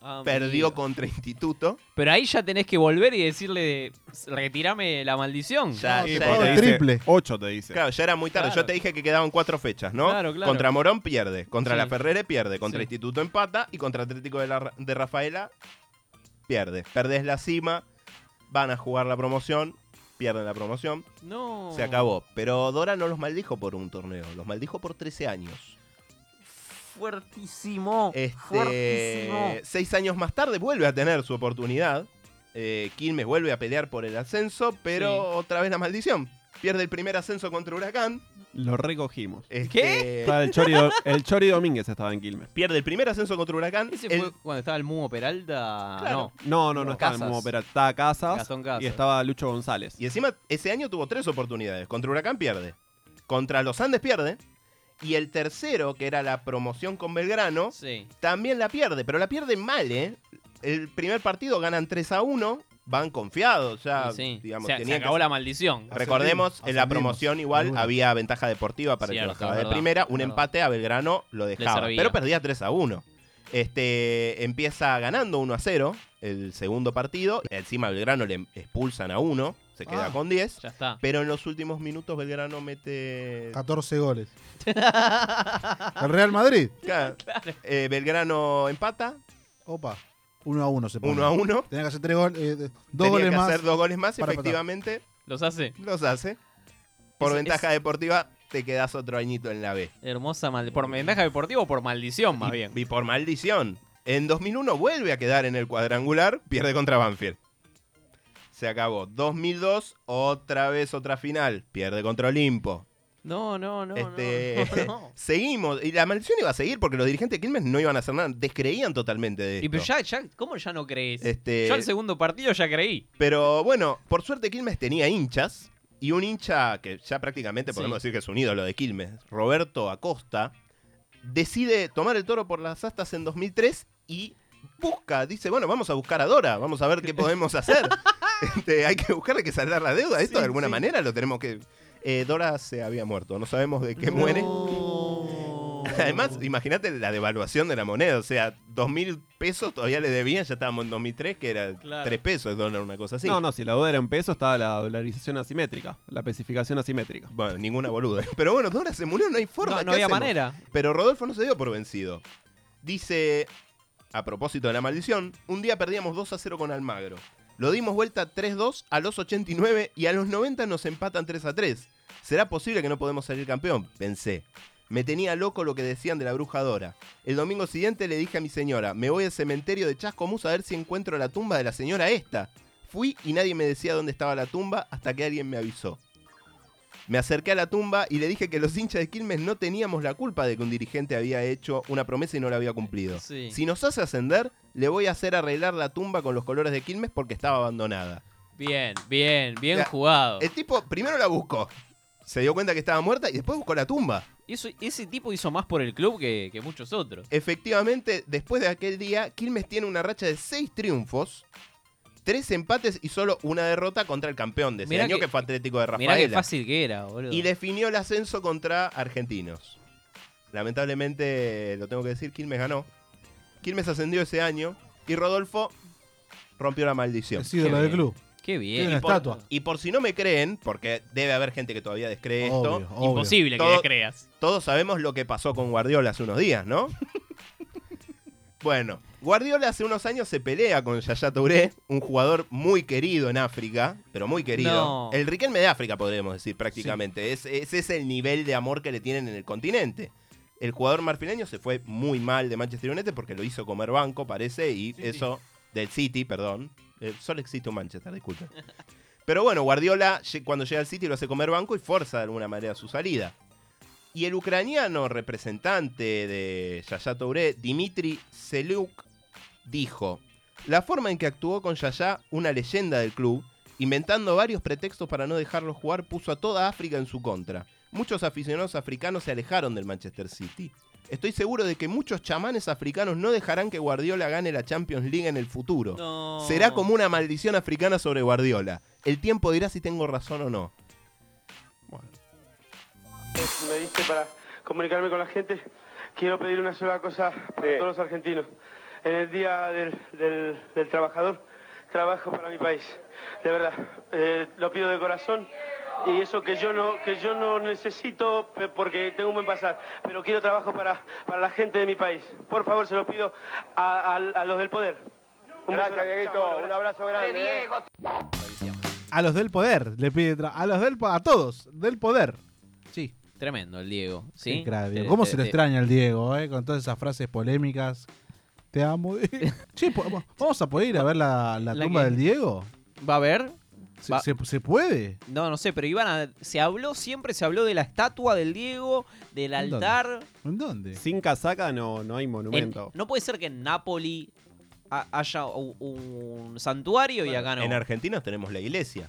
Speaker 1: amigo.
Speaker 13: Perdió contra Instituto.
Speaker 1: Pero ahí ya tenés que volver y decirle, retirame la maldición.
Speaker 13: Ya, ya
Speaker 12: Te
Speaker 13: era-
Speaker 12: dice, Ocho te dice.
Speaker 13: Claro, ya era muy tarde.
Speaker 1: Claro.
Speaker 13: Yo te dije que quedaban cuatro fechas, ¿no?
Speaker 1: Claro, claro.
Speaker 13: Contra Morón pierde, contra
Speaker 1: Sí.
Speaker 13: La Ferrere pierde, contra
Speaker 1: Sí.
Speaker 13: Instituto empata y contra Atlético de, la- de Rafaela pierde. Perdés la cima, van a jugar la promoción, pierden la promoción.
Speaker 1: No.
Speaker 13: Se acabó. Pero Dora no los maldijo por un torneo, los maldijo por 13 años.
Speaker 1: Fuertísimo.
Speaker 13: Este, seis años más tarde vuelve a tener su oportunidad. Eh, Quilmes vuelve a pelear por el ascenso, pero
Speaker 1: Sí.
Speaker 13: otra vez la maldición. Pierde el primer ascenso contra Huracán.
Speaker 12: Lo recogimos.
Speaker 13: Este-
Speaker 12: Estaba el, Chori, Do- el Chori Domínguez estaba en Quilmes.
Speaker 13: Pierde el primer ascenso contra Huracán.
Speaker 1: Ese
Speaker 13: el-
Speaker 1: fue cuando estaba el Mumo Peralta.
Speaker 13: Claro.
Speaker 12: No, no, no estaba en Mumo Peralta, estaba Casas,
Speaker 13: Gastón Casas.
Speaker 12: y estaba Lucho González.
Speaker 13: Y encima, ese año tuvo tres oportunidades. Contra Huracán pierde. Contra los Andes pierde. Y el tercero, que era la promoción con Belgrano, también la pierde. Pero la pierde mal, ¿eh? El primer partido ganan 3 a 1. Van confiados, ya.
Speaker 1: Sí, sí.
Speaker 13: Digamos,
Speaker 1: Se- se
Speaker 13: tenían que-
Speaker 1: acabó la maldición.
Speaker 13: Recordemos, en la
Speaker 1: Ascendimos,
Speaker 13: promoción igual
Speaker 1: alguna.
Speaker 13: había ventaja deportiva para el que
Speaker 1: Cierto,
Speaker 13: bajaba de
Speaker 1: verdad,
Speaker 13: primera. Un
Speaker 1: verdad.
Speaker 13: empate a Belgrano lo dejaba.
Speaker 1: servía.
Speaker 13: Pero perdía 3 a 1. Este, empieza ganando 1 a 0 el segundo partido. Encima a Belgrano le expulsan a 1. Se queda
Speaker 1: Ah,
Speaker 13: con 10.
Speaker 1: ya está.
Speaker 13: Pero en los últimos minutos Belgrano mete
Speaker 2: 14 goles. El Real Madrid.
Speaker 13: Claro. Eh, Belgrano empata.
Speaker 2: Opa. 1 a 1 se pone.
Speaker 13: Uno a uno.
Speaker 2: Tenía que hacer tres goles, eh, dos
Speaker 13: Tenía
Speaker 2: goles
Speaker 13: que
Speaker 2: más.
Speaker 13: hacer dos goles más,
Speaker 2: para empatar.
Speaker 13: efectivamente.
Speaker 1: Los hace.
Speaker 13: Los hace. Por
Speaker 1: Es-
Speaker 13: ventaja deportiva, te quedas otro añito en la B.
Speaker 1: Hermosa maldición. ¿Por ventaja deportiva o por maldición, más Ah, bien?
Speaker 13: Y por maldición. En 2001 vuelve a quedar en el cuadrangular, pierde contra Banfield. Se acabó. 2002, otra vez otra final, pierde contra Olimpo.
Speaker 1: No, no, no.
Speaker 13: Este, Seguimos. Y la maldición iba a seguir porque los dirigentes de Quilmes no iban a hacer nada. Descreían totalmente de esto.
Speaker 1: Y pero ya, ya, ¿cómo ya no crees?
Speaker 13: Este-
Speaker 1: Yo al segundo partido ya creí.
Speaker 13: Pero bueno, por suerte Quilmes tenía hinchas. Y un hincha que ya prácticamente podemos
Speaker 1: Sí.
Speaker 13: decir que es un ídolo de Quilmes, Roberto Acosta, decide tomar el toro por las astas en 2003 y busca, dice, bueno, vamos a buscar a Dora, vamos a ver qué podemos hacer. Este, hay que buscar, hay que saldar la deuda. Esto de alguna manera lo tenemos que... Eh, Dora se había muerto, no sabemos de qué muere. Además, imagínate la devaluación de la moneda, o sea, dos mil pesos todavía le debían, ya estábamos en 2003, que era
Speaker 1: Claro.
Speaker 13: tres pesos el dólar, una cosa así.
Speaker 12: No, no, si la duda era en peso, estaba la dolarización asimétrica, la especificación asimétrica.
Speaker 13: Bueno, ninguna boluda. Pero bueno, Dora se murió, no hay forma.
Speaker 1: No, no
Speaker 13: ¿qué
Speaker 1: había
Speaker 13: hacemos?
Speaker 1: manera.
Speaker 13: Pero Rodolfo no se dio por vencido. Dice, a propósito de la maldición, un día perdíamos 2 a 0 con Almagro. Lo dimos vuelta 3-2 a los 89 y a los 90 nos empatan 3 a 3. ¿Será posible que no podemos salir campeón? Pensé. Me tenía loco lo que decían de la brujadora. El domingo siguiente le dije a mi señora, me voy al cementerio de Chascomús a ver si encuentro la tumba de la señora esta. Fui y nadie me decía dónde estaba la tumba hasta que alguien me avisó. Me acerqué a la tumba y le dije que los hinchas de Quilmes no teníamos la culpa de que un dirigente había hecho una promesa y no la había cumplido.
Speaker 1: Sí.
Speaker 13: Si nos hace ascender, le voy a hacer arreglar la tumba con los colores de Quilmes porque estaba abandonada.
Speaker 1: Bien, bien, bien
Speaker 13: Ya, Este,
Speaker 1: jugado.
Speaker 13: El tipo primero la buscó, se dio cuenta que estaba muerta y después buscó la tumba.
Speaker 1: Eso- ese tipo hizo más por el club que, que muchos otros.
Speaker 13: Eh, Efectivamente, después de aquel día, Quilmes tiene una racha de 6 triunfos, 3 empates y solo una derrota contra el campeón de ese
Speaker 1: Mirá
Speaker 13: año, que,
Speaker 1: que-
Speaker 13: fue Atlético de Rafaela.
Speaker 1: Mirá qué fácil que era, boludo.
Speaker 13: Y definió el ascenso contra Argentinos. Lamentablemente, lo tengo que decir, Quilmes ganó. Quilmes ascendió ese año y Rodolfo rompió la maldición.
Speaker 2: Es ídolo Qué del bien. club.
Speaker 1: Qué bien.
Speaker 2: Tiene una
Speaker 13: y, por,
Speaker 2: estatua.
Speaker 13: y por si no me creen, porque debe haber gente que todavía descree
Speaker 2: Obvio,
Speaker 13: esto.
Speaker 2: obvio.
Speaker 1: Imposible que
Speaker 13: Todo-
Speaker 1: descreas.
Speaker 13: Todos sabemos lo que pasó con Guardiola hace unos días, ¿no? bueno, Guardiola hace unos años se pelea con Yaya Touré, un jugador muy querido en África, pero muy querido.
Speaker 1: No.
Speaker 13: El Riquelme de África, podríamos decir, prácticamente. Es- ese es el nivel de amor que le tienen en el continente. El jugador marfileño se fue muy mal de Manchester United porque lo hizo comer banco, parece, y eso del City, perdón. Eh, solo existe un Manchester, disculpen. Pero bueno, Guardiola lle- cuando llega al City lo hace comer banco y fuerza de alguna manera su salida. Y el ucraniano representante de Yaya Touré, Dimitri Seluk, dijo: La forma en que actuó con Yaya, una leyenda del club, inventando varios pretextos para no dejarlo jugar, puso a toda África en su contra. Muchos aficionados africanos se alejaron del Manchester City. Estoy seguro de que muchos chamanes africanos no dejarán que Guardiola gane la Champions League en el futuro. Será como una maldición africana sobre Guardiola. El tiempo dirá si tengo razón o no.
Speaker 5: me diste para comunicarme con la gente, quiero pedir una sola cosa para todos los argentinos. En el Día del, del- del Trabajador, trabajo para mi país. De verdad, eh, lo pido de corazón. Y eso que yo no, que yo no necesito pe- porque tengo un buen pasar, pero quiero trabajo para, para la gente de mi país. Por favor, se lo pido a, a- a los del poder. Un
Speaker 17: Gracias, Dieguito. Un abrazo grande.
Speaker 2: A los del poder, le pide tra- a los del po- a todos, del poder. Sí.
Speaker 1: Tremendo el Diego. ¿sí?
Speaker 2: Qué crack, Diego.
Speaker 1: Te-
Speaker 2: ¿Cómo
Speaker 1: te-
Speaker 2: se lo
Speaker 1: te-
Speaker 2: extraña el Diego, eh? Con todas esas frases polémicas. Te amo. sí, po- po- vamos a poder ir a ver la, la
Speaker 1: ¿La
Speaker 2: tumba
Speaker 1: qué?
Speaker 2: del Diego.
Speaker 1: ¿Va a haber?
Speaker 2: Se,
Speaker 1: Va-
Speaker 2: se- se puede.
Speaker 1: No, no sé, pero iban a- se habló, siempre se habló de la estatua del Diego, del
Speaker 12: ¿En dónde?
Speaker 1: altar.
Speaker 2: ¿En dónde?
Speaker 12: Sin casaca no, no hay monumento.
Speaker 1: En- no puede ser que en Nápoli ha- haya u- un santuario y acá no.
Speaker 13: En Argentina tenemos la iglesia.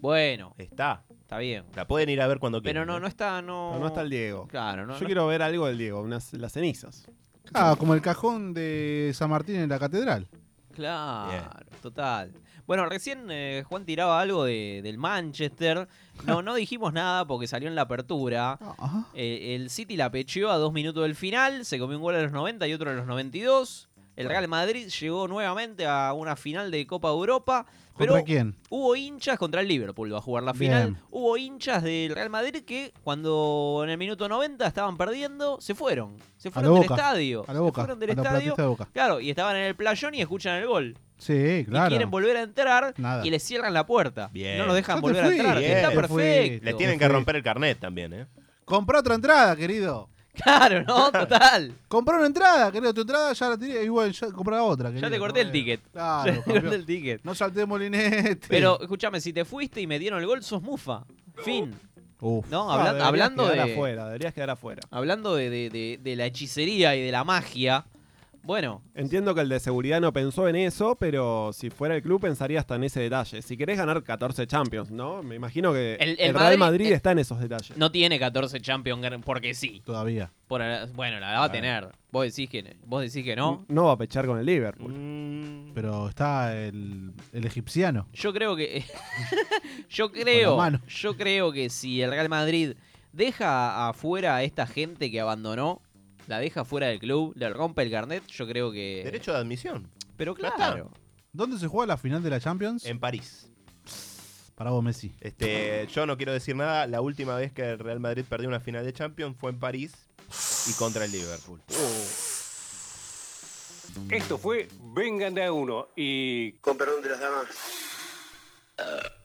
Speaker 1: Bueno,
Speaker 13: Está.
Speaker 1: Está bien.
Speaker 13: La pueden ir a ver cuando quieran. ¿eh?
Speaker 1: pero no, no está, no.
Speaker 12: No, no está el Diego.
Speaker 1: Claro, no.
Speaker 12: Yo
Speaker 1: no-
Speaker 12: quiero ver algo del Diego, unas, las cenizas.
Speaker 2: Ah, como el cajón de San Martín en la catedral.
Speaker 1: Claro, total. Bueno, recién eh, Juan tiraba algo de- del Manchester. No, no dijimos nada porque salió en la apertura.
Speaker 2: Ah,
Speaker 1: Eh, el City la pecheó a dos minutos del final. Se comió un gol a los 90 y otro a los 92. El Real Madrid llegó nuevamente a una final de Copa Europa. Pero
Speaker 2: ¿Contra quién?
Speaker 1: Hubo hinchas contra el Liverpool, va a jugar la final.
Speaker 2: Bien.
Speaker 1: Hubo hinchas del Real Madrid que cuando en el minuto 90 estaban perdiendo, se fueron. Se fueron
Speaker 2: la
Speaker 1: del
Speaker 2: Boca,
Speaker 1: estadio.
Speaker 2: a la
Speaker 1: se
Speaker 2: Boca,
Speaker 1: fueron del
Speaker 2: a la
Speaker 1: estadio.
Speaker 2: platista de Boca.
Speaker 1: Claro, y estaban en el playón y escuchan el gol.
Speaker 2: Sí, claro.
Speaker 1: Y quieren volver a entrar
Speaker 2: Nada.
Speaker 1: y les cierran la puerta.
Speaker 13: Bien.
Speaker 1: No los
Speaker 2: Ya
Speaker 1: dejan
Speaker 2: te
Speaker 1: volver
Speaker 2: fui,
Speaker 1: a entrar.
Speaker 2: bien.
Speaker 1: Está
Speaker 2: Te fui,
Speaker 1: perfecto.
Speaker 13: Le tienen que romper el carnet también, ¿eh?
Speaker 2: Comprá otra entrada, querido.
Speaker 1: Claro, ¿no? Total.
Speaker 2: Comprá una entrada, querido. Tu entrada ya la tiré. Igual, ya comprá otra,
Speaker 1: Ya
Speaker 2: querido.
Speaker 1: te corté el ticket.
Speaker 2: Claro,
Speaker 1: ya te
Speaker 2: campeón.
Speaker 1: corté el ticket.
Speaker 2: No salté Molinete.
Speaker 1: Pero escúchame, si te fuiste y me dieron el gol, sos mufa. Fin.
Speaker 2: Uf.
Speaker 1: No, hablan-
Speaker 12: Ah, deberías
Speaker 1: hablando
Speaker 12: quedar
Speaker 1: de-
Speaker 12: afuera, deberías quedar afuera.
Speaker 1: Hablando de, de- de- de la hechicería y de la magia. Bueno,
Speaker 12: Entiendo que el de seguridad no pensó en eso, pero si fuera el club pensaría hasta en ese detalle. Si querés ganar 14 Champions, ¿no? Me imagino que
Speaker 1: El-
Speaker 12: el,
Speaker 1: el
Speaker 12: Real
Speaker 1: Madrid-
Speaker 12: Madrid
Speaker 1: el-
Speaker 12: está en esos detalles.
Speaker 1: no tiene 14 Champions porque sí.
Speaker 2: Todavía.
Speaker 1: Por- bueno, la va a tener. Vos decís que, vos decís que no. Mm.
Speaker 12: No va a pechar con el Liverpool.
Speaker 2: Pero está el, el egipciano.
Speaker 1: Yo creo que. yo
Speaker 2: Con la
Speaker 1: creo.
Speaker 2: mano.
Speaker 1: Yo creo que si el Real Madrid deja afuera a esta gente que abandonó, la deja fuera del club, le rompe el carnet, yo creo que.
Speaker 13: Derecho de admisión.
Speaker 1: Pero
Speaker 13: Ya está.
Speaker 1: claro.
Speaker 2: ¿Dónde se juega la final de la Champions?
Speaker 13: En París.
Speaker 2: Para vos, Messi.
Speaker 13: Este, yo no quiero decir nada. La última vez que el Real Madrid perdió una final de Champions fue en París y contra el Liverpool.
Speaker 6: Esto fue Vengan de a uno y. Con perdón de las damas.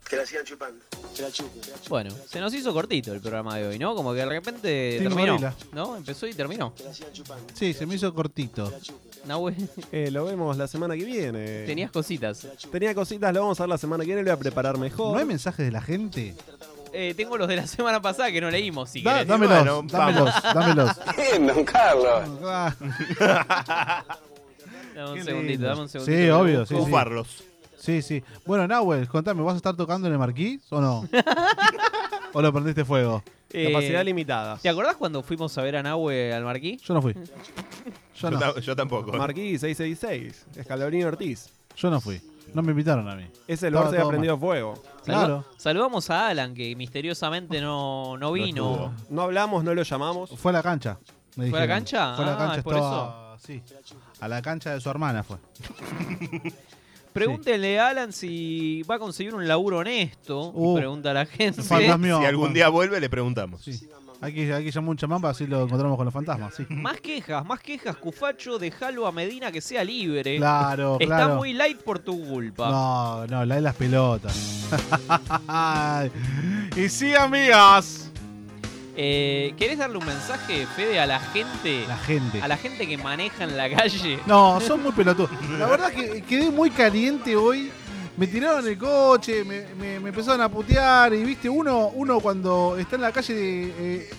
Speaker 6: Que la sigan chupando. Que la chupen.
Speaker 1: Bueno, se nos hizo cortito el programa de hoy, ¿no? Como que de repente
Speaker 2: Team
Speaker 1: terminó.
Speaker 2: Gorila.
Speaker 1: ¿No? Empezó y terminó.
Speaker 2: Sí, se me hizo cortito.
Speaker 1: Nahue,
Speaker 12: Eh, lo vemos la semana que viene.
Speaker 1: tenías cositas.
Speaker 12: Tenía cositas, lo vamos a ver la semana que viene, lo voy a preparar mejor.
Speaker 2: ¿No hay mensajes de la gente?
Speaker 1: Eh, tengo los de la semana pasada que no leímos, si querés.
Speaker 2: dámelos,
Speaker 1: Bueno,
Speaker 2: dámelos,
Speaker 1: vamos.
Speaker 2: dámelos.
Speaker 1: Bien, don Carlos.
Speaker 2: Ah.
Speaker 1: Dame
Speaker 2: Qué
Speaker 1: un segundito,
Speaker 2: lindo.
Speaker 1: dame un segundito.
Speaker 2: Sí,
Speaker 1: que
Speaker 2: obvio, sí.
Speaker 1: busco.
Speaker 2: sí. Sí, sí. Bueno, Nahuel, contame, ¿vas a estar tocando en el marquís o no? ¿O lo prendiste fuego?
Speaker 1: Eh,
Speaker 12: Capacidad limitada.
Speaker 1: ¿Te acordás cuando fuimos a ver a Nahue al Marquí?
Speaker 2: Yo no fui. Yo no.
Speaker 13: tampoco.
Speaker 12: Marquí 666, Escalabrini Ortiz.
Speaker 2: Yo no fui. No me invitaron a mí.
Speaker 12: Ese
Speaker 2: Estaba
Speaker 12: lugar se
Speaker 2: todo
Speaker 12: había prendido fuego.
Speaker 1: Saluda- Saludamos a Alan, que misteriosamente no, no vino.
Speaker 12: No hablamos, no lo llamamos.
Speaker 2: Fue a la cancha. me
Speaker 1: ¿Fue a
Speaker 2: dijeron.
Speaker 1: la cancha?
Speaker 2: Fue a la
Speaker 1: Ah,
Speaker 2: cancha,
Speaker 1: es por
Speaker 2: estaba- Sí. A la cancha de su hermana fue.
Speaker 1: Pregúntenle a Alan si va a conseguir un laburo honesto.
Speaker 2: Uh,
Speaker 1: pregunta a la gente.
Speaker 2: fantasmió.
Speaker 13: Si algún día vuelve, le preguntamos.
Speaker 2: Hay que, hay que llamar a un chamán para así lo encontramos con los fantasmas, sí.
Speaker 1: Más quejas, más quejas, Cufacho, dejalo a Medina que sea libre.
Speaker 2: Claro,
Speaker 1: Está
Speaker 2: claro.
Speaker 1: muy light por tu culpa.
Speaker 2: No, no, la de las pelotas. y sí, amigas.
Speaker 1: Eh, ¿Querés darle un mensaje, Fede, a la gente? La
Speaker 2: gente.
Speaker 1: A la gente que maneja en la calle.
Speaker 2: No, son muy pelotudos. La verdad que quedé muy caliente hoy. Me tiraron el coche, me, me- me empezaron a putear. Y viste, uno, uno cuando está en la calle eh,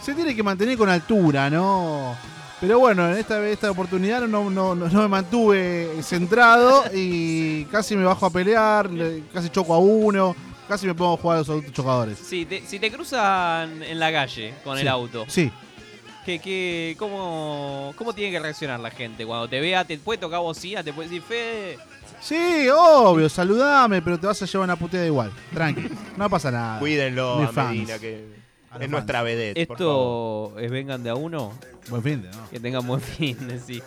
Speaker 2: se tiene que mantener con altura, ¿no? Pero bueno, en esta, esta oportunidad no, no- no- no me mantuve centrado y casi me bajo a pelear, le- casi choco a uno, casi me pongo a jugar a los autos chocadores.
Speaker 1: Si te, si te cruzan en la calle con el auto,
Speaker 2: Sí.
Speaker 1: ¿qué, qué, cómo, ¿cómo tiene que reaccionar la gente? Cuando te vea, te puede tocar bocina, te puede decir, Fede,
Speaker 2: Sí, obvio, saludame, pero te vas a llevar una puteada igual. Tranqui, no pasa nada.
Speaker 13: Cuídenlo
Speaker 2: Mis
Speaker 13: a
Speaker 2: fans.
Speaker 13: Medina, que
Speaker 2: A los
Speaker 13: es nuestra vedette. por favor.
Speaker 1: Esto es vengan de a uno.
Speaker 2: Buen fin, ¿no?
Speaker 1: Que tengan buen fin, de sí.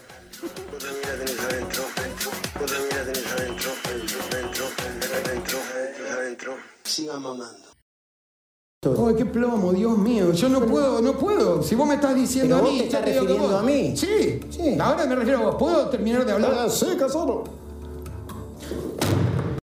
Speaker 6: Sigan mamando.
Speaker 8: Oh, qué plomo, Dios mío. Yo no puedo, no puedo. Si vos me estás diciendo
Speaker 9: Pero
Speaker 8: a
Speaker 9: vos
Speaker 8: mí,
Speaker 9: te
Speaker 8: yo
Speaker 9: estás
Speaker 8: digo que
Speaker 9: refiriendo
Speaker 8: vos-
Speaker 9: a mí.
Speaker 8: Sí, sí. Ahora me refiero a vos. ¿Puedo terminar de hablar?
Speaker 9: Ah, sí,
Speaker 8: Casano.